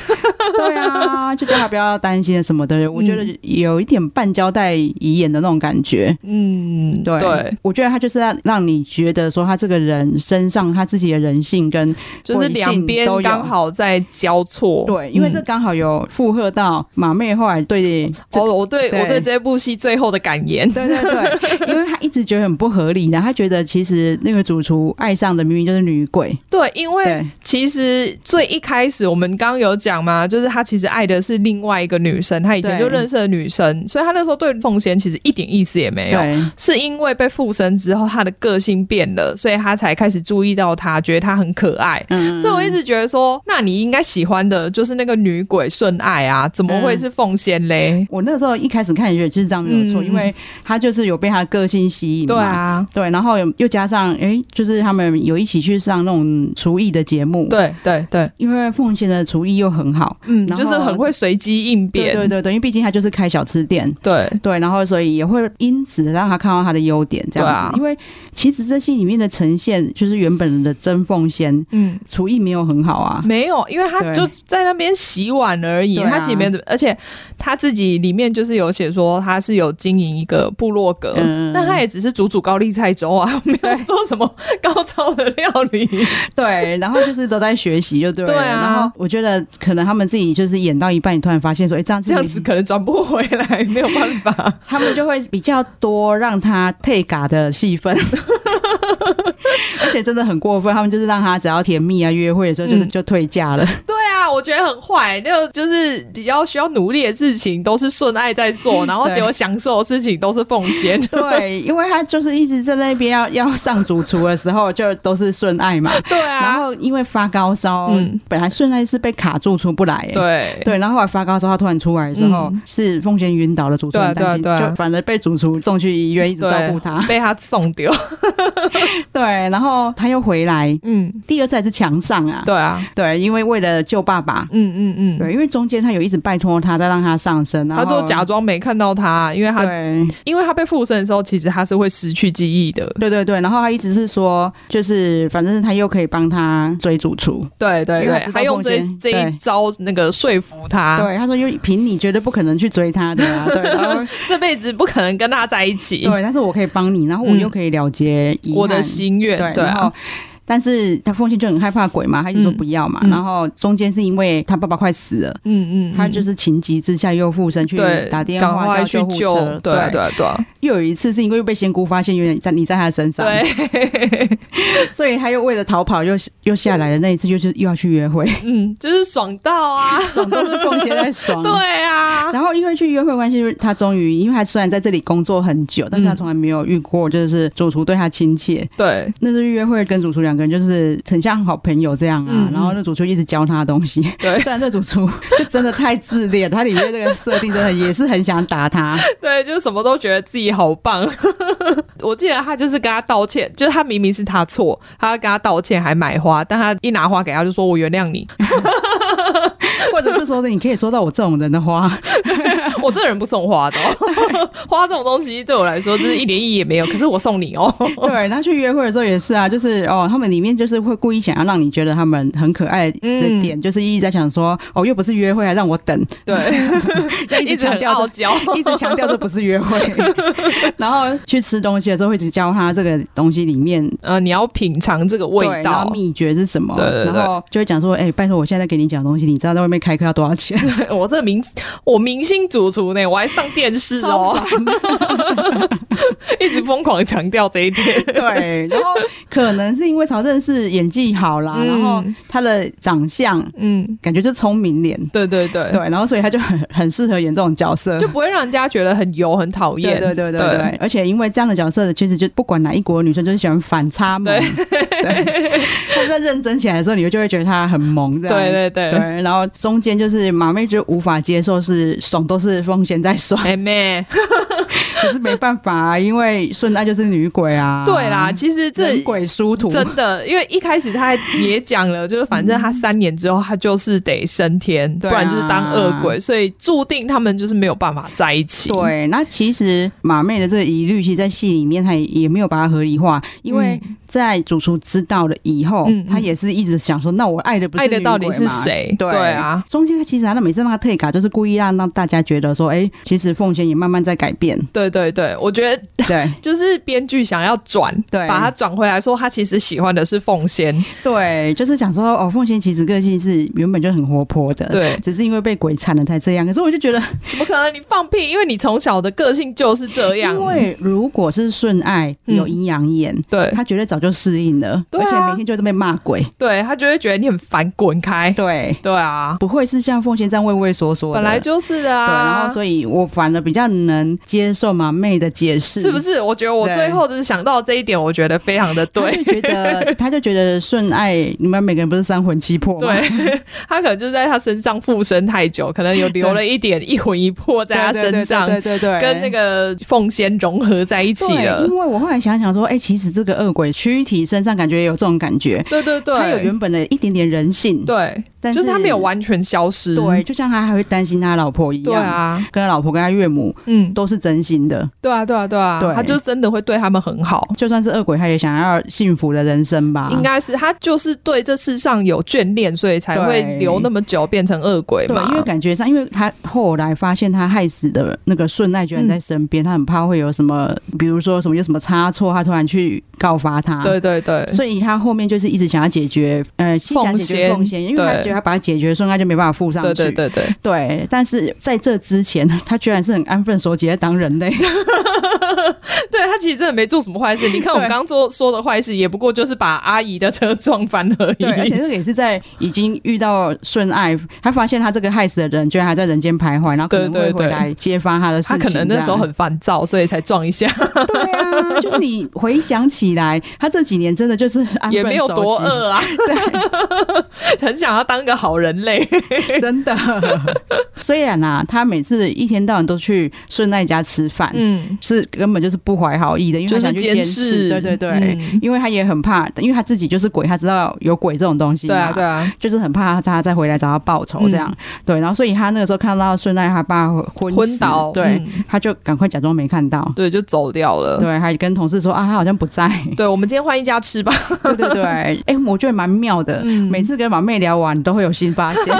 [SPEAKER 2] 对啊，就叫他不要担心什么的。我觉得
[SPEAKER 1] 嗯
[SPEAKER 2] 有一点半交代遗言的那种感觉。
[SPEAKER 1] 嗯，
[SPEAKER 2] 对，
[SPEAKER 1] 对，
[SPEAKER 2] 我觉得他就是要让你觉得说他这个人身上他自己的人性跟
[SPEAKER 1] 就是两边
[SPEAKER 2] 都有
[SPEAKER 1] 刚好在交错，
[SPEAKER 2] 对，因为这
[SPEAKER 1] 嗯
[SPEAKER 2] 刚好有附和到马妹后来对这
[SPEAKER 1] 哦，我对
[SPEAKER 2] 对
[SPEAKER 1] 我对这部戏最后的感言，
[SPEAKER 2] 对对对，因为他一直觉得很不合理，然后他觉得其实那个主厨爱上的明明就是女鬼，
[SPEAKER 1] 对，因为
[SPEAKER 2] 对
[SPEAKER 1] 其实最一开始我们刚刚有讲嘛，就是他其实爱的是另外一个女生，他以前
[SPEAKER 2] 对
[SPEAKER 1] 就认识的女生，所以他那时候对凤仙其实一点意思也没有。
[SPEAKER 2] 对嗯
[SPEAKER 1] 是因为被附身之后，他的个性变了，所以他才开始注意到他，觉得他很可爱。
[SPEAKER 2] 嗯，
[SPEAKER 1] 所以我一直觉得说，那你应该喜欢的就是那个女鬼顺爱啊，怎么
[SPEAKER 2] 嗯
[SPEAKER 1] 会是凤仙嘞？
[SPEAKER 2] 我那时候一开始看也觉得智障没有错，
[SPEAKER 1] 嗯
[SPEAKER 2] 因为他就是有被他的个性吸引嘛，
[SPEAKER 1] 对啊，
[SPEAKER 2] 对，然后有又加上，诶，就是他们有一起去上那种厨艺的节目，，
[SPEAKER 1] 对对对，
[SPEAKER 2] 因为凤仙的厨艺又很好，
[SPEAKER 1] 嗯，
[SPEAKER 2] 然后
[SPEAKER 1] 就是很会随机应
[SPEAKER 2] 对
[SPEAKER 1] 变，
[SPEAKER 2] 对对对，因为毕竟他就是开小吃店。
[SPEAKER 1] 对
[SPEAKER 2] 对，然后所以也会因此让他看到他的优点，这样子。
[SPEAKER 1] 对啊
[SPEAKER 2] 因为其实这戏里面的呈现，就是原本的真凤仙
[SPEAKER 1] 嗯。
[SPEAKER 2] 厨艺没有很好啊，
[SPEAKER 1] 没有，因为他
[SPEAKER 2] 对
[SPEAKER 1] 就在那边洗碗而已，
[SPEAKER 2] 对啊
[SPEAKER 1] 他里面，而且他自己里面就是有写说他是有经营一个部落格，
[SPEAKER 2] 嗯
[SPEAKER 1] 但他也只是煮煮高丽菜粥啊，没有做什么高超的料理。
[SPEAKER 2] 对，然后就是都在学习，就对了。
[SPEAKER 1] 对啊
[SPEAKER 2] 然后我觉得可能他们自己就是演到一半，你突然发现说，哎，这样子
[SPEAKER 1] 这样子可能转不回来，没有办法。
[SPEAKER 2] 他们就会比较多让他退嘎的戏
[SPEAKER 1] [laughs]
[SPEAKER 2] 份。而且真的很过分，他们就是让他只要甜蜜啊、约会的时候就，是
[SPEAKER 1] 嗯
[SPEAKER 2] 就退价了。
[SPEAKER 1] [laughs] 对啊，我觉得很坏，就就是比较需要努力的事情都是顺爱在 [laughs] 做，然后
[SPEAKER 2] 对
[SPEAKER 1] 结果享受的事情都是奉献。
[SPEAKER 2] 对，因为他就是一直在那边要 [laughs] 要上主厨的时候，就都是顺爱嘛。
[SPEAKER 1] [laughs] 对
[SPEAKER 2] 然
[SPEAKER 1] 啊，
[SPEAKER 2] 后因为发高烧，
[SPEAKER 1] 嗯
[SPEAKER 2] 本来顺爱是被卡住出不来、欸，
[SPEAKER 1] 对
[SPEAKER 2] 对，然后后来发高烧，他突然出来之后，
[SPEAKER 1] 嗯
[SPEAKER 2] 是奉贤晕倒的主厨
[SPEAKER 1] 对啊
[SPEAKER 2] 很担心，
[SPEAKER 1] 对啊对啊
[SPEAKER 2] 就反而被主厨送去医院，一直照顾他。
[SPEAKER 1] 被他送丢。
[SPEAKER 2] [laughs] 对，然后他又回来，
[SPEAKER 1] 嗯，
[SPEAKER 2] 第二次还是强上啊，
[SPEAKER 1] 对啊，
[SPEAKER 2] 对，因为为了救爸爸，
[SPEAKER 1] 嗯嗯嗯，
[SPEAKER 2] 对，因为中间他有一直拜托他，再让他上身，然
[SPEAKER 1] 他
[SPEAKER 2] 后
[SPEAKER 1] 都假装没看到他，因为他
[SPEAKER 2] 对
[SPEAKER 1] 因为他被附身的时候，其实他是会失去记忆的。
[SPEAKER 2] 对对对，然后他一直是说，就是反正他又可以帮他追主厨，
[SPEAKER 1] 对对
[SPEAKER 2] 因为他知道
[SPEAKER 1] 他用这
[SPEAKER 2] 奉献
[SPEAKER 1] 这
[SPEAKER 2] 对
[SPEAKER 1] 一招那个说服他，
[SPEAKER 2] 对，他说因为凭你绝对不可能去追他的啊，对，然
[SPEAKER 1] [laughs]
[SPEAKER 2] 后
[SPEAKER 1] 这辈子不可能跟他在一起。
[SPEAKER 2] 对，但是我可以帮你，然后我
[SPEAKER 1] 嗯
[SPEAKER 2] 又可以了结遗
[SPEAKER 1] 我的
[SPEAKER 2] 憾
[SPEAKER 1] 心愿，
[SPEAKER 2] 对，
[SPEAKER 1] 对
[SPEAKER 2] 然
[SPEAKER 1] 啊
[SPEAKER 2] 后。但是他父亲就很害怕鬼嘛，他一直说
[SPEAKER 1] 嗯
[SPEAKER 2] 不要嘛。
[SPEAKER 1] 嗯
[SPEAKER 2] 然后中间是因为他爸爸快死了，
[SPEAKER 1] 嗯嗯，
[SPEAKER 2] 他就是是情急之下又附身去
[SPEAKER 1] 对
[SPEAKER 2] 打电
[SPEAKER 1] 嗯赶
[SPEAKER 2] 话
[SPEAKER 1] 快
[SPEAKER 2] 叫
[SPEAKER 1] 去
[SPEAKER 2] 救护车。
[SPEAKER 1] 对啊对啊对啊
[SPEAKER 2] 又有一次是因为又被仙姑发现，有点在你在他身上，
[SPEAKER 1] 对，
[SPEAKER 2] 所以他又为了逃跑又又下来了。那一次就是又要去约会，
[SPEAKER 1] 嗯，就是爽到啊，
[SPEAKER 2] [laughs] 爽都是奉贤在爽。
[SPEAKER 1] [laughs] 对啊，
[SPEAKER 2] [laughs] 然后因为去约会关系，他终于因为他虽然在这里工作很久，但是他
[SPEAKER 1] 嗯
[SPEAKER 2] 从来没有遇过就是主厨对他亲切。
[SPEAKER 1] 对，
[SPEAKER 2] 那次约会跟主厨两个人就是很像好朋友这样啊，
[SPEAKER 1] 嗯
[SPEAKER 2] 然后那主厨一直教他东西。
[SPEAKER 1] 对
[SPEAKER 2] 虽然这主厨就真的太自恋，他里面那个设定真的也是很想打
[SPEAKER 1] [laughs]
[SPEAKER 2] 他。
[SPEAKER 1] 对，就是什么都觉得自己好棒。 [laughs] 我记得他就是跟他道歉，就是他明明是他错，他要跟他道歉还买花，但他一拿花给他就说我原谅你， [laughs]
[SPEAKER 2] 或者是说的，你可以收到我这种人的花，
[SPEAKER 1] 我这个人不送花的、哦，花这种东西对我来说就是一点意义也没有，可是我送你哦。
[SPEAKER 2] 对，他去约会的时候也是啊，就是哦，他们里面就是会故意想要让你觉得他们很可爱的
[SPEAKER 1] 嗯
[SPEAKER 2] 点，就是一直在想说，哦，又不是约会，还让我等， [laughs]
[SPEAKER 1] 对，
[SPEAKER 2] 要一
[SPEAKER 1] 一
[SPEAKER 2] 直
[SPEAKER 1] 直
[SPEAKER 2] 强
[SPEAKER 1] 很
[SPEAKER 2] 调
[SPEAKER 1] 傲
[SPEAKER 2] 这。
[SPEAKER 1] 娇，
[SPEAKER 2] [laughs] 一直强调这不是约
[SPEAKER 1] [laughs]
[SPEAKER 2] 会，然后去吃东西的时候会一直教他这个东西里面
[SPEAKER 1] 呃，你要品尝这个
[SPEAKER 2] 对
[SPEAKER 1] 味
[SPEAKER 2] 然
[SPEAKER 1] 道
[SPEAKER 2] 后，秘诀是什么，
[SPEAKER 1] 对对对
[SPEAKER 2] 然后就 [laughs] 会讲说，哎、拜托，我现在给你讲的东西，你知道在外面开课要多少钱？
[SPEAKER 1] 我这明我明星主出那，我还上电视
[SPEAKER 2] 超
[SPEAKER 1] 哦，
[SPEAKER 2] 烦的。
[SPEAKER 1] [laughs] 一直疯狂强调这一点。
[SPEAKER 2] 对，然后可能是因为曹正是演技好啦，
[SPEAKER 1] 嗯
[SPEAKER 2] 然后他的长相
[SPEAKER 1] 嗯，
[SPEAKER 2] 感觉就是聪明脸，
[SPEAKER 1] 对对对，
[SPEAKER 2] 对，然后所以他就很很适合演这种角色。
[SPEAKER 1] 就不会让人家觉得很油、很讨
[SPEAKER 2] 对
[SPEAKER 1] 厌。
[SPEAKER 2] 对对对
[SPEAKER 1] 对
[SPEAKER 2] 对，而且因为这样的角色，其实就不管哪一国的女生，就是喜欢反差萌。对，
[SPEAKER 1] [laughs]
[SPEAKER 2] 她在认真起来的时候，你就会觉得她很萌，这样。
[SPEAKER 1] 对对对
[SPEAKER 2] 对，然后中间就是马妹就无法接受是爽都是风贤在爽，
[SPEAKER 1] 哎妹，
[SPEAKER 2] 可是没办法、啊，因为顺爱就是女鬼啊。
[SPEAKER 1] 对啦，，其实这
[SPEAKER 2] 人鬼殊途。
[SPEAKER 1] 真的，因为一开始他也讲了，就是反正他三年之后他就是得升天，不
[SPEAKER 2] 对啊
[SPEAKER 1] 然就是当恶鬼，所以注定他们就是没有办法在一起。
[SPEAKER 2] 对，那其实马妹的这个疑虑，其实在戏里面她也也没有把它合理化，因为在主厨知道了以后，
[SPEAKER 1] 嗯嗯嗯
[SPEAKER 2] 她也是一直想说，那我爱的不是
[SPEAKER 1] 爱的
[SPEAKER 2] 女
[SPEAKER 1] 到底
[SPEAKER 2] 鬼
[SPEAKER 1] 是
[SPEAKER 2] 嘛
[SPEAKER 1] 谁？
[SPEAKER 2] 对
[SPEAKER 1] 啊，，
[SPEAKER 2] 中间他其实他每次让他退卡，就是故意让让大家觉得说，哎、其实奉贤也慢慢在改
[SPEAKER 1] [laughs]
[SPEAKER 2] 变，
[SPEAKER 1] 对对对，我觉得
[SPEAKER 2] 对
[SPEAKER 1] 就是编剧想要转，
[SPEAKER 2] 对
[SPEAKER 1] 把它转回来说，他其实喜欢的是凤仙，
[SPEAKER 2] 对，就是想说，哦，奉贤其实个性是原本就很活泼的，，
[SPEAKER 1] 对，
[SPEAKER 2] 只是因为被鬼缠了才这样。可是我就觉得，
[SPEAKER 1] 怎么可能？你放屁！因为你从小的个性就是这样，
[SPEAKER 2] 因为如果是顺爱
[SPEAKER 1] 嗯
[SPEAKER 2] 有阴阳眼。
[SPEAKER 1] 对
[SPEAKER 2] 他绝对早就适应了，
[SPEAKER 1] 对啊
[SPEAKER 2] 而且每天就是被骂鬼，
[SPEAKER 1] 对，他就会觉得你很烦，滚开。
[SPEAKER 2] 对，
[SPEAKER 1] 对啊，
[SPEAKER 2] 不会是像奉贤这样畏畏缩缩的，
[SPEAKER 1] 本来就是的
[SPEAKER 2] 对，然
[SPEAKER 1] 啊。
[SPEAKER 2] 后所以我反而比较能接受马妹的解释，
[SPEAKER 1] 是不是？我觉得我
[SPEAKER 2] 对
[SPEAKER 1] 最后就是想到这一点，我觉得非常的 [laughs] 对。
[SPEAKER 2] 他就觉得他就觉得顺爱，你们每个人不是三魂七魄吗？
[SPEAKER 1] 对 [laughs] 他可能就是在他身上附身太久，可能有留了一点一魂一魄在他身上，
[SPEAKER 2] 对对对对对
[SPEAKER 1] 跟那
[SPEAKER 2] 个。
[SPEAKER 1] 个凤仙融合在一起
[SPEAKER 2] 对，
[SPEAKER 1] 了
[SPEAKER 2] 因。为我后来想想说，哎、其实这个恶鬼躯体身上感觉也有这种感觉，
[SPEAKER 1] 对对对，
[SPEAKER 2] 他有原本的一点点人性，，
[SPEAKER 1] 对，
[SPEAKER 2] 但
[SPEAKER 1] 就是他没有，完全消失。
[SPEAKER 2] 对，就像他还会担心他老婆一样，
[SPEAKER 1] 对，啊，
[SPEAKER 2] 跟他老婆跟他岳母
[SPEAKER 1] 嗯，
[SPEAKER 2] 都是真心的，
[SPEAKER 1] 对啊，对啊，对啊，
[SPEAKER 2] 对
[SPEAKER 1] 他就真的会对他们很好。
[SPEAKER 2] 就算是恶鬼，他也想要幸福的人生吧，
[SPEAKER 1] 应该是他就是对这世上有眷恋，所以才会
[SPEAKER 2] 对
[SPEAKER 1] 留那么久变成恶鬼
[SPEAKER 2] 对
[SPEAKER 1] 嘛。，
[SPEAKER 2] 因为感觉上，因为他后来发现他害死的那个顺爱居然在身边，他很怕会有什么，比如说什么有什么差错，他突然去告发他。。
[SPEAKER 1] 对对对，
[SPEAKER 2] 所以他后面就是一直想要解决，呃，想解决奉
[SPEAKER 1] 奉
[SPEAKER 2] 献，
[SPEAKER 1] 献
[SPEAKER 2] 因为他
[SPEAKER 1] 对
[SPEAKER 2] 觉得他把它解决，顺爱就没办法附上去。
[SPEAKER 1] 对对对对，
[SPEAKER 2] 对但是在这之前，他居然是很安分守己在当人
[SPEAKER 1] [laughs]
[SPEAKER 2] 类。
[SPEAKER 1] 对他其实真的没做什么坏
[SPEAKER 2] [laughs]
[SPEAKER 1] 事。你看我们
[SPEAKER 2] 对
[SPEAKER 1] 刚刚做说的坏事，也不过就是把阿姨的车撞翻而已。
[SPEAKER 2] 对，
[SPEAKER 1] [laughs]
[SPEAKER 2] 而且这个也是在已经遇到顺爱，他发现他这个害死的人居然还在人间徘徊，然后可能
[SPEAKER 1] 对
[SPEAKER 2] 会
[SPEAKER 1] 对
[SPEAKER 2] 回
[SPEAKER 1] 对
[SPEAKER 2] 来揭发他的事
[SPEAKER 1] 他
[SPEAKER 2] 情。
[SPEAKER 1] 可能
[SPEAKER 2] 这
[SPEAKER 1] 那
[SPEAKER 2] 样
[SPEAKER 1] 时候很烦躁，所以才撞一下，
[SPEAKER 2] [laughs] 对啊，就是你回想起来，他这几年真的就是安分 [laughs]
[SPEAKER 1] 也没有
[SPEAKER 2] 守
[SPEAKER 1] 多
[SPEAKER 2] 己，
[SPEAKER 1] 饿啊，很想要当个好人
[SPEAKER 2] [laughs]
[SPEAKER 1] 类。
[SPEAKER 2] 对，真
[SPEAKER 1] [laughs]
[SPEAKER 2] 的。虽然啊，他每次一天到晚都去顺爱家吃饭，
[SPEAKER 1] [laughs] 嗯，
[SPEAKER 2] 是根本就是不怀好意的，因为
[SPEAKER 1] 就
[SPEAKER 2] 他
[SPEAKER 1] 是
[SPEAKER 2] 想去监
[SPEAKER 1] 视，
[SPEAKER 2] 对对对。
[SPEAKER 1] 嗯
[SPEAKER 2] 因为他也很怕，因为他自己就是鬼，他知道有鬼这种东西
[SPEAKER 1] 对
[SPEAKER 2] 嘛，
[SPEAKER 1] 啊对啊，
[SPEAKER 2] 就是很怕他再回来找他报仇这样。对，然后所以他那个时候看到顺爱他爸昏死
[SPEAKER 1] 昏倒，
[SPEAKER 2] 对，
[SPEAKER 1] 嗯
[SPEAKER 2] 他就赶快假装没看到，
[SPEAKER 1] 对，就走掉了。
[SPEAKER 2] 对，还跟同事说啊，他好像不
[SPEAKER 1] [laughs]
[SPEAKER 2] 在，
[SPEAKER 1] 对，我们今天换一家吃吧。
[SPEAKER 2] 对对对，哎、我觉得蛮妙的。
[SPEAKER 1] 嗯
[SPEAKER 2] 每次跟马妹聊完，你都会有新发
[SPEAKER 1] [laughs]
[SPEAKER 2] 现。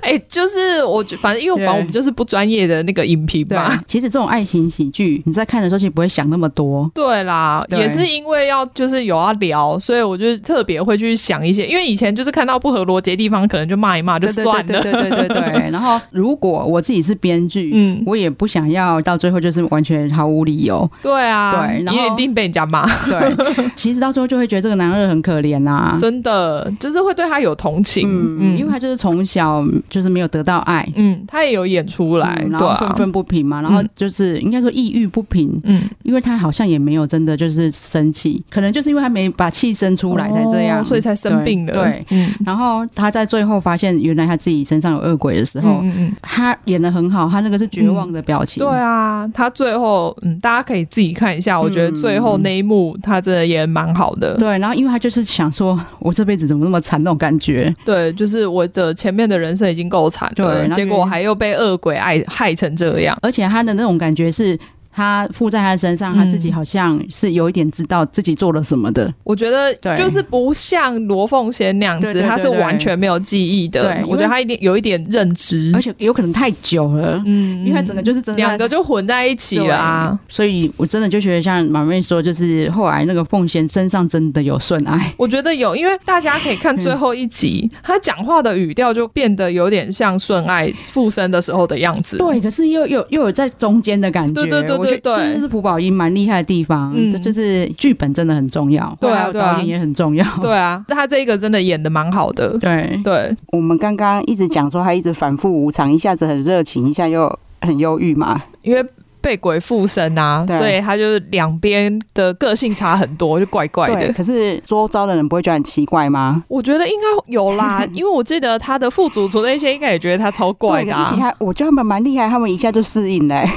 [SPEAKER 1] 哎、就是我觉，反正因为反正
[SPEAKER 2] 对
[SPEAKER 1] 我们就是不专业的那个影评
[SPEAKER 2] 对
[SPEAKER 1] 嘛。，
[SPEAKER 2] 其实这种爱情喜剧，你在看的时候其实不会想那么多。
[SPEAKER 1] 对啦，
[SPEAKER 2] 对
[SPEAKER 1] 也是因为要就是有要聊，所以我就特别会去想一些，因为以前就是看到不合逻辑的地方，可能就骂一骂就
[SPEAKER 2] 对对
[SPEAKER 1] 算了。
[SPEAKER 2] 对对对对对对。然后，如果我自己是编剧。
[SPEAKER 1] 嗯，
[SPEAKER 2] 我也不想要到最后就是完全毫无理由， [laughs]
[SPEAKER 1] 对啊，
[SPEAKER 2] 对然
[SPEAKER 1] 你
[SPEAKER 2] 后
[SPEAKER 1] 也一定被人家骂，
[SPEAKER 2] 对，其实到最后就会觉得这个男二很可怜啊，
[SPEAKER 1] 真的就是会对他有同情。
[SPEAKER 2] 嗯，因为他就是从小就是没有得到爱，
[SPEAKER 1] 嗯，他也有演出来，
[SPEAKER 2] 嗯然
[SPEAKER 1] 对
[SPEAKER 2] 后
[SPEAKER 1] 啊，
[SPEAKER 2] 愤愤不平嘛，然后
[SPEAKER 1] 嗯
[SPEAKER 2] 就是应该说抑郁不平，
[SPEAKER 1] 嗯，
[SPEAKER 2] 因为他好像也没有真的就是生气，可能就是因为他没把气生出来才这样，
[SPEAKER 1] 哦所以才生病的。
[SPEAKER 2] 对对
[SPEAKER 1] 嗯，
[SPEAKER 2] 然后他在最后发现原来他自己身上有恶鬼的时
[SPEAKER 1] 嗯，
[SPEAKER 2] 候，
[SPEAKER 1] 嗯嗯嗯，
[SPEAKER 2] 他演的很好，他那个是绝望的表情。
[SPEAKER 1] 对啊，他最后，嗯，大家可以自己看一下，我觉得最
[SPEAKER 2] 嗯
[SPEAKER 1] 后那一幕他真的也蛮好的。
[SPEAKER 2] 对，然后因为他就是想说，我这辈子怎么那么惨那种感觉，
[SPEAKER 1] 对，就是我的前面的人生已经够惨
[SPEAKER 2] 对
[SPEAKER 1] 了，
[SPEAKER 2] 那
[SPEAKER 1] 结
[SPEAKER 2] 边
[SPEAKER 1] 果还又被恶鬼爱害成这样。
[SPEAKER 2] 而且他的那种感觉是。
[SPEAKER 3] 他附在他身上，他自己好像是有一点知道自己做了什么的。
[SPEAKER 1] 我觉得
[SPEAKER 3] 对
[SPEAKER 1] 就是不像罗凤贤那样
[SPEAKER 3] 对
[SPEAKER 1] 子，
[SPEAKER 3] 对对
[SPEAKER 1] 他是
[SPEAKER 3] 对
[SPEAKER 1] 完全没有记忆的
[SPEAKER 3] 对。因为
[SPEAKER 1] 我觉得他一定有一点认知
[SPEAKER 3] 而，且有可能太久了，
[SPEAKER 1] 嗯
[SPEAKER 3] 因为他整个就是真的
[SPEAKER 1] 两个就混在一起了啊。
[SPEAKER 3] 对所以我真的就觉得像马妹说，就是后来那个凤仙身上真的有顺爱，
[SPEAKER 1] 我觉得有，因为大家可以看最后一集，
[SPEAKER 3] 嗯
[SPEAKER 1] 他讲话的语调就变得有点像顺爱附身的时候的样子。
[SPEAKER 3] 对，可是又又又有在中间的感觉，
[SPEAKER 1] 对对对
[SPEAKER 3] 我觉得
[SPEAKER 1] 对对
[SPEAKER 3] 这就是朴宝英蛮厉害的地方，
[SPEAKER 1] 嗯
[SPEAKER 3] 这就是剧本真的很重要，
[SPEAKER 1] 对啊
[SPEAKER 3] 后来有
[SPEAKER 1] 对啊
[SPEAKER 3] 导演也很重要，
[SPEAKER 1] 对啊，他这个真的演的蛮好的。
[SPEAKER 3] 对
[SPEAKER 1] 对，
[SPEAKER 2] 我们刚刚一直讲说他一直反复无常，一下子很热情，一下又很忧郁嘛。
[SPEAKER 1] 因为被鬼附身啊，
[SPEAKER 2] 对
[SPEAKER 1] 所以他就是两边的个性差很多，就怪怪
[SPEAKER 2] 对，
[SPEAKER 1] 的。
[SPEAKER 2] 可是周遭的人不会觉得很奇怪吗？
[SPEAKER 1] 我觉得应该有
[SPEAKER 2] [laughs]
[SPEAKER 1] 啦，因为我记得他的副主厨那些应该也觉得他超怪
[SPEAKER 2] 对，
[SPEAKER 1] 的、
[SPEAKER 2] 可是其
[SPEAKER 1] 啊，
[SPEAKER 2] 他我觉得他们蛮厉害，他们一下就适应
[SPEAKER 1] [laughs]
[SPEAKER 2] 了、欸。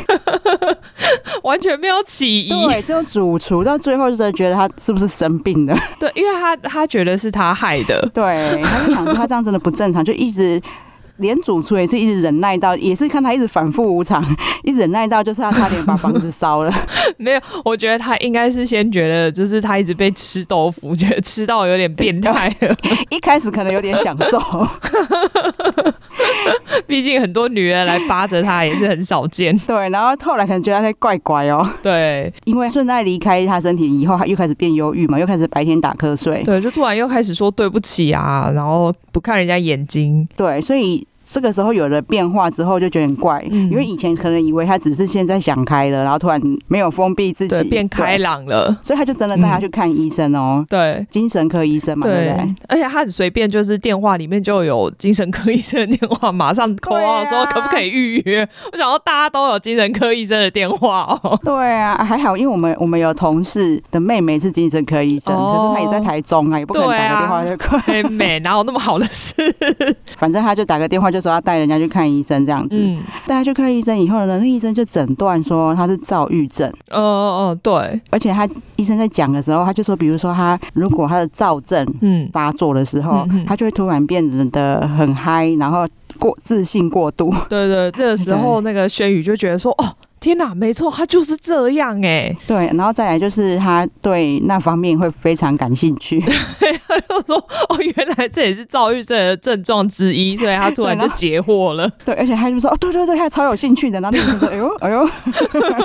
[SPEAKER 1] 完全没有起疑。
[SPEAKER 2] 对，只有主厨到最后就真的觉得他是不是生病
[SPEAKER 1] [laughs]
[SPEAKER 2] 了？
[SPEAKER 1] 对，因为他他觉得是他害
[SPEAKER 2] [laughs]
[SPEAKER 1] 的，
[SPEAKER 2] 对，他就想说他这样真的不正常，就一直。连主厨也是一直忍耐到，也是看他一直反复无常， [laughs] 一直忍耐到，就是他差点把房子烧了。 [laughs]
[SPEAKER 1] 没有，我觉得他应该是先觉得就是他一直被吃豆腐，觉得吃到有点变态了。
[SPEAKER 2] 一开始可能有点享受，
[SPEAKER 1] [laughs] 毕竟很多女人来扒着他也是很
[SPEAKER 2] [laughs]
[SPEAKER 1] 少见。
[SPEAKER 2] 对，然后后来可能觉得他在怪怪哦，
[SPEAKER 1] 对
[SPEAKER 2] 因为顺带离开他身体以后，他又开始变忧郁嘛，又开始白天打瞌睡，
[SPEAKER 1] 对，就突然又开始说对不起啊，然后不看人家眼睛。
[SPEAKER 2] 对，所以这个时候有了变化之后就觉得很怪，
[SPEAKER 1] 嗯
[SPEAKER 2] 因为以前可能以为他只是现在想开了，然后突然没有封闭自
[SPEAKER 1] 对，
[SPEAKER 2] 己，
[SPEAKER 1] 变开
[SPEAKER 2] 对，
[SPEAKER 1] 朗了。
[SPEAKER 2] 所以他就真的带他去看医生哦，
[SPEAKER 1] 对，
[SPEAKER 2] 精神科医生嘛，对
[SPEAKER 1] 对
[SPEAKER 2] 不对？，
[SPEAKER 1] 而且他很随便，就是电话里面就有精神科医生的电话，马上 call
[SPEAKER 2] 对啊
[SPEAKER 1] out 说可不可以预约。我想要大家都有精神科医生的电话
[SPEAKER 2] [laughs]
[SPEAKER 1] 哦。
[SPEAKER 2] 对啊，还好，因为我们我们有同事的妹妹是精神科医生，
[SPEAKER 1] 哦啊
[SPEAKER 2] 可是她也在台中啊，也不可能打个电话就过来，
[SPEAKER 1] 妹妹，哪有那么好的事？
[SPEAKER 2] [laughs] 反正她就打个电话就说要带人家去看医生这样子。
[SPEAKER 1] 嗯，
[SPEAKER 2] 带他去看医生以后呢，那医生就诊断说他是躁郁症，
[SPEAKER 1] 哦哦，哦对，
[SPEAKER 2] 而且他医生在讲的时候，他就说，比如说他如果他的躁症
[SPEAKER 1] 嗯，
[SPEAKER 2] 发作的时候，
[SPEAKER 1] 嗯嗯
[SPEAKER 2] 他就会突然变得很嗨，然后过自信过度， [laughs]
[SPEAKER 1] 对对，这个时候那个轩宇就觉得说，哦，天哪，没错，他就是这样哎。
[SPEAKER 2] 对，然后再来就是他对那方面会非常感兴趣，
[SPEAKER 1] [laughs]
[SPEAKER 2] [laughs]
[SPEAKER 1] 他就说，哦，原来这也是躁郁症的症状之一，所以他突然
[SPEAKER 2] [laughs] 对
[SPEAKER 1] 就
[SPEAKER 2] 然后
[SPEAKER 1] 截获了。
[SPEAKER 2] 对，而且他就说，哦，对对对，他超有兴趣的，然后那医生说，
[SPEAKER 1] [laughs]
[SPEAKER 2] 哎呦哎呦， [laughs]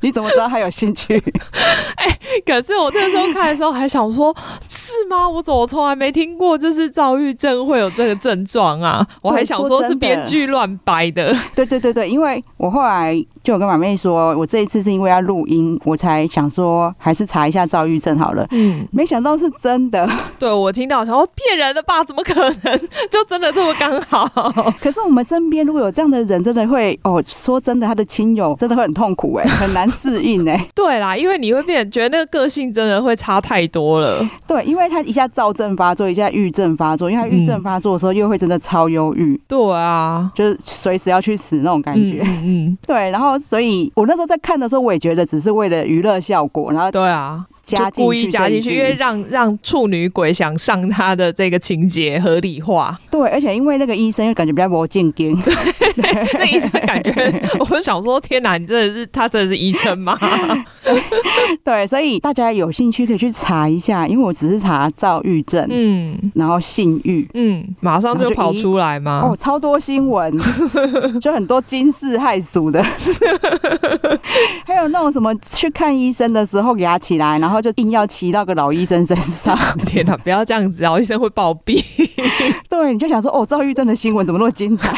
[SPEAKER 2] 你怎么知道他有兴趣？ [laughs]
[SPEAKER 1] 可是我那时候看的时候还想说，是吗？我怎么从来没听过，就是躁郁症会有这个症状啊？我还想说是编剧乱掰的。
[SPEAKER 2] 对对对对，因为我后来就有跟马妹说，我这一次是因为要录音，我才想说还是查一下躁郁症好了。
[SPEAKER 1] 嗯，
[SPEAKER 2] 没想到是真的，
[SPEAKER 1] 对我听到想说骗人的吧？怎么可能？就真的这么刚好？ [laughs]
[SPEAKER 2] 可是我们身边如果有这样的人，真的会哦，说真的，他的亲友真的会很痛苦哎、很难适应哎、
[SPEAKER 1] [laughs] 对啦，因为你会变觉得那个个性真的会差太多了。
[SPEAKER 2] 对，因为他一下躁症发作，一下郁症发作，因为他郁症发作的时候又会真的超忧郁，
[SPEAKER 1] 对啊，
[SPEAKER 2] 就是随时要去死那种感觉。
[SPEAKER 1] 嗯嗯嗯，
[SPEAKER 2] 对，然后所以我那时候在看的时候，我也觉得只是为了娱乐效果，然后
[SPEAKER 1] 对啊，
[SPEAKER 2] [laughs] 加
[SPEAKER 1] 就
[SPEAKER 2] 进
[SPEAKER 1] 故
[SPEAKER 2] 去
[SPEAKER 1] 意加
[SPEAKER 2] 这一
[SPEAKER 1] 进去，因为
[SPEAKER 2] 句。
[SPEAKER 1] 让让处女鬼想上他的这个情节合理化。
[SPEAKER 2] 对，而且因为那个医生又感觉比较没
[SPEAKER 1] [laughs]
[SPEAKER 2] 正经，
[SPEAKER 1] 那医生感觉， [laughs] 我想说，天哪，你真的是他真的是医生吗？
[SPEAKER 2] 对，所以大家有兴趣可以去查一下，因为我只是查躁郁症，
[SPEAKER 1] [laughs] 嗯
[SPEAKER 2] 然后性欲。
[SPEAKER 1] 嗯，马上就跑出来吗？
[SPEAKER 2] 哦，超多新闻，就很多惊世骇俗
[SPEAKER 1] [laughs]
[SPEAKER 2] 的，还有那种什么去看医生的时候牙起来，然后就硬要骑到个老医生身
[SPEAKER 1] [laughs]
[SPEAKER 2] 上，
[SPEAKER 1] [laughs] 天哪，不要这样子啊！医生会暴毙。
[SPEAKER 2] 对，你就想说哦，躁郁症的新闻怎么那么精
[SPEAKER 1] [laughs]
[SPEAKER 2] 彩？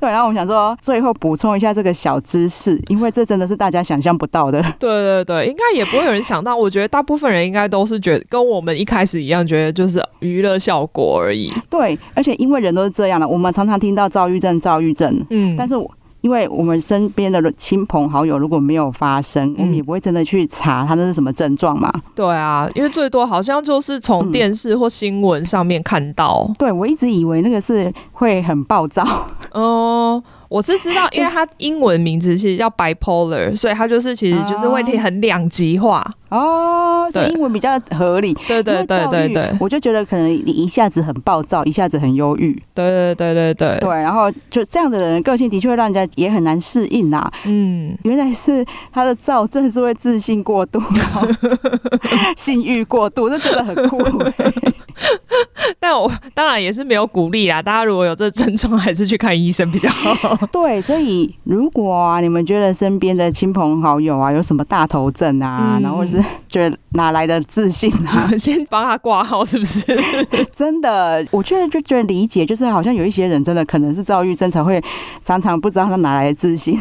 [SPEAKER 2] 对，然后我们想说最后补充一下这个小知识，因为这真的是大家想象不到的。
[SPEAKER 1] 对对对，应该也不会有人想到。我觉得大部分人应该都是觉得跟我们一开始一样，觉得就是娱乐效果而已。
[SPEAKER 2] 对，而且因为人都是这样了，啊我们常常听到躁郁症、躁郁症，
[SPEAKER 1] 嗯，
[SPEAKER 2] 但是我。因为我们身边的亲朋好友如果没有发生，我们
[SPEAKER 1] 嗯
[SPEAKER 2] 也不会真的去查他那是什么症状嘛。
[SPEAKER 1] 对啊，因为最多好像就是从
[SPEAKER 2] 嗯
[SPEAKER 1] 电视或新闻上面看到。
[SPEAKER 2] 对，我一直以为那个是会很暴躁，
[SPEAKER 1] 哦、我是知道，因为它英文名字其实叫 bipolar，所以它就是其实就是会很两极化。
[SPEAKER 2] [laughs] 哦，所以
[SPEAKER 1] 对
[SPEAKER 2] 英文比较合理。
[SPEAKER 1] 对对对对
[SPEAKER 2] 因为
[SPEAKER 1] 对
[SPEAKER 2] 躁郁我就觉得可能你一下子很暴躁，一下子很忧郁，
[SPEAKER 1] 对对对对
[SPEAKER 2] 对，
[SPEAKER 1] 对，
[SPEAKER 2] 然后就这样的人的个性的确会让人家也很难适应啦、
[SPEAKER 1] 嗯，
[SPEAKER 2] [laughs] 原来是他的躁症是会自信过
[SPEAKER 1] [laughs]
[SPEAKER 2] 度，然后性欲过度，这真的很
[SPEAKER 1] [laughs]
[SPEAKER 2] 酷、
[SPEAKER 1] 但我当然也是没有鼓励啦。大家如果有这症状，还是去看医生比较好。
[SPEAKER 2] 对，所以如果啊，你们觉得身边的亲朋好友啊，有什么大头症啊，
[SPEAKER 1] 嗯
[SPEAKER 2] 然后或是觉得哪来的自信啊，
[SPEAKER 1] [laughs] 先帮他挂号，是不是？ [laughs]
[SPEAKER 2] 真的，我觉得就觉得理解，就是好像有一些人真的可能是躁郁症才会常常不知道他哪来的自信。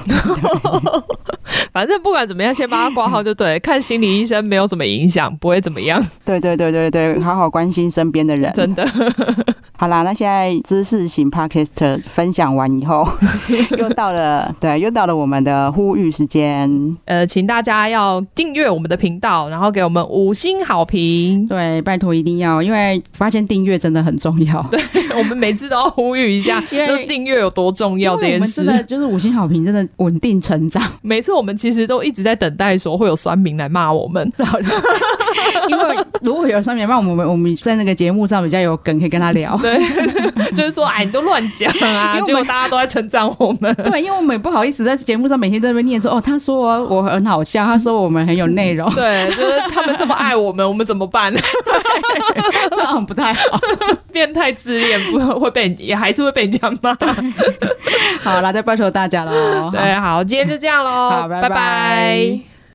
[SPEAKER 1] 反正不管怎么样，先帮他挂号就对了，看心理医生没有什么影响，不会怎么样，
[SPEAKER 2] 对对对对对，好好关心身边的人。
[SPEAKER 1] 真的。
[SPEAKER 2] 好啦，那现在知识型 podcast 分享完以后，又到了对，又到了我们的呼吁时间。
[SPEAKER 1] [laughs] 呃，请大家要订阅我们的频道，然后给我们五星好评。
[SPEAKER 4] 对，拜托一定要，因为发现订阅真的很重要。对，
[SPEAKER 1] [laughs] 我们每次都要呼吁一 [laughs] 下，
[SPEAKER 4] 因为
[SPEAKER 1] 就是订阅有多重要这
[SPEAKER 4] 我
[SPEAKER 1] 件
[SPEAKER 4] 们真的
[SPEAKER 1] 事。
[SPEAKER 4] 就是五星好评，真的稳定成长。
[SPEAKER 1] 每次我们其实都一直在等待，说会有酸民来骂我们。
[SPEAKER 4] 因为如果有上面，那我们我们在那个节目上比较有梗，可以跟他聊。
[SPEAKER 1] 对， [laughs] 就是说，哎，你都乱讲 [laughs]
[SPEAKER 4] 因为我
[SPEAKER 1] 啊！
[SPEAKER 4] 们
[SPEAKER 1] 结果大家都在称赞我们。，
[SPEAKER 4] [laughs] 对，因为我们也不好意思在节目上每天在那边念说，哦，他说我我很好笑，他说我们很有内容
[SPEAKER 1] [laughs]
[SPEAKER 4] [laughs]
[SPEAKER 1] 对，就是他们这么爱我们，我们怎么办？
[SPEAKER 4] 这样不太好。
[SPEAKER 1] [laughs] 变态自恋不会被你也还是会被人家 [laughs] 骂。
[SPEAKER 4] 好啦，再拜托大家喽。好
[SPEAKER 1] 对，好，今天就这样喽，
[SPEAKER 4] 好拜拜
[SPEAKER 1] 拜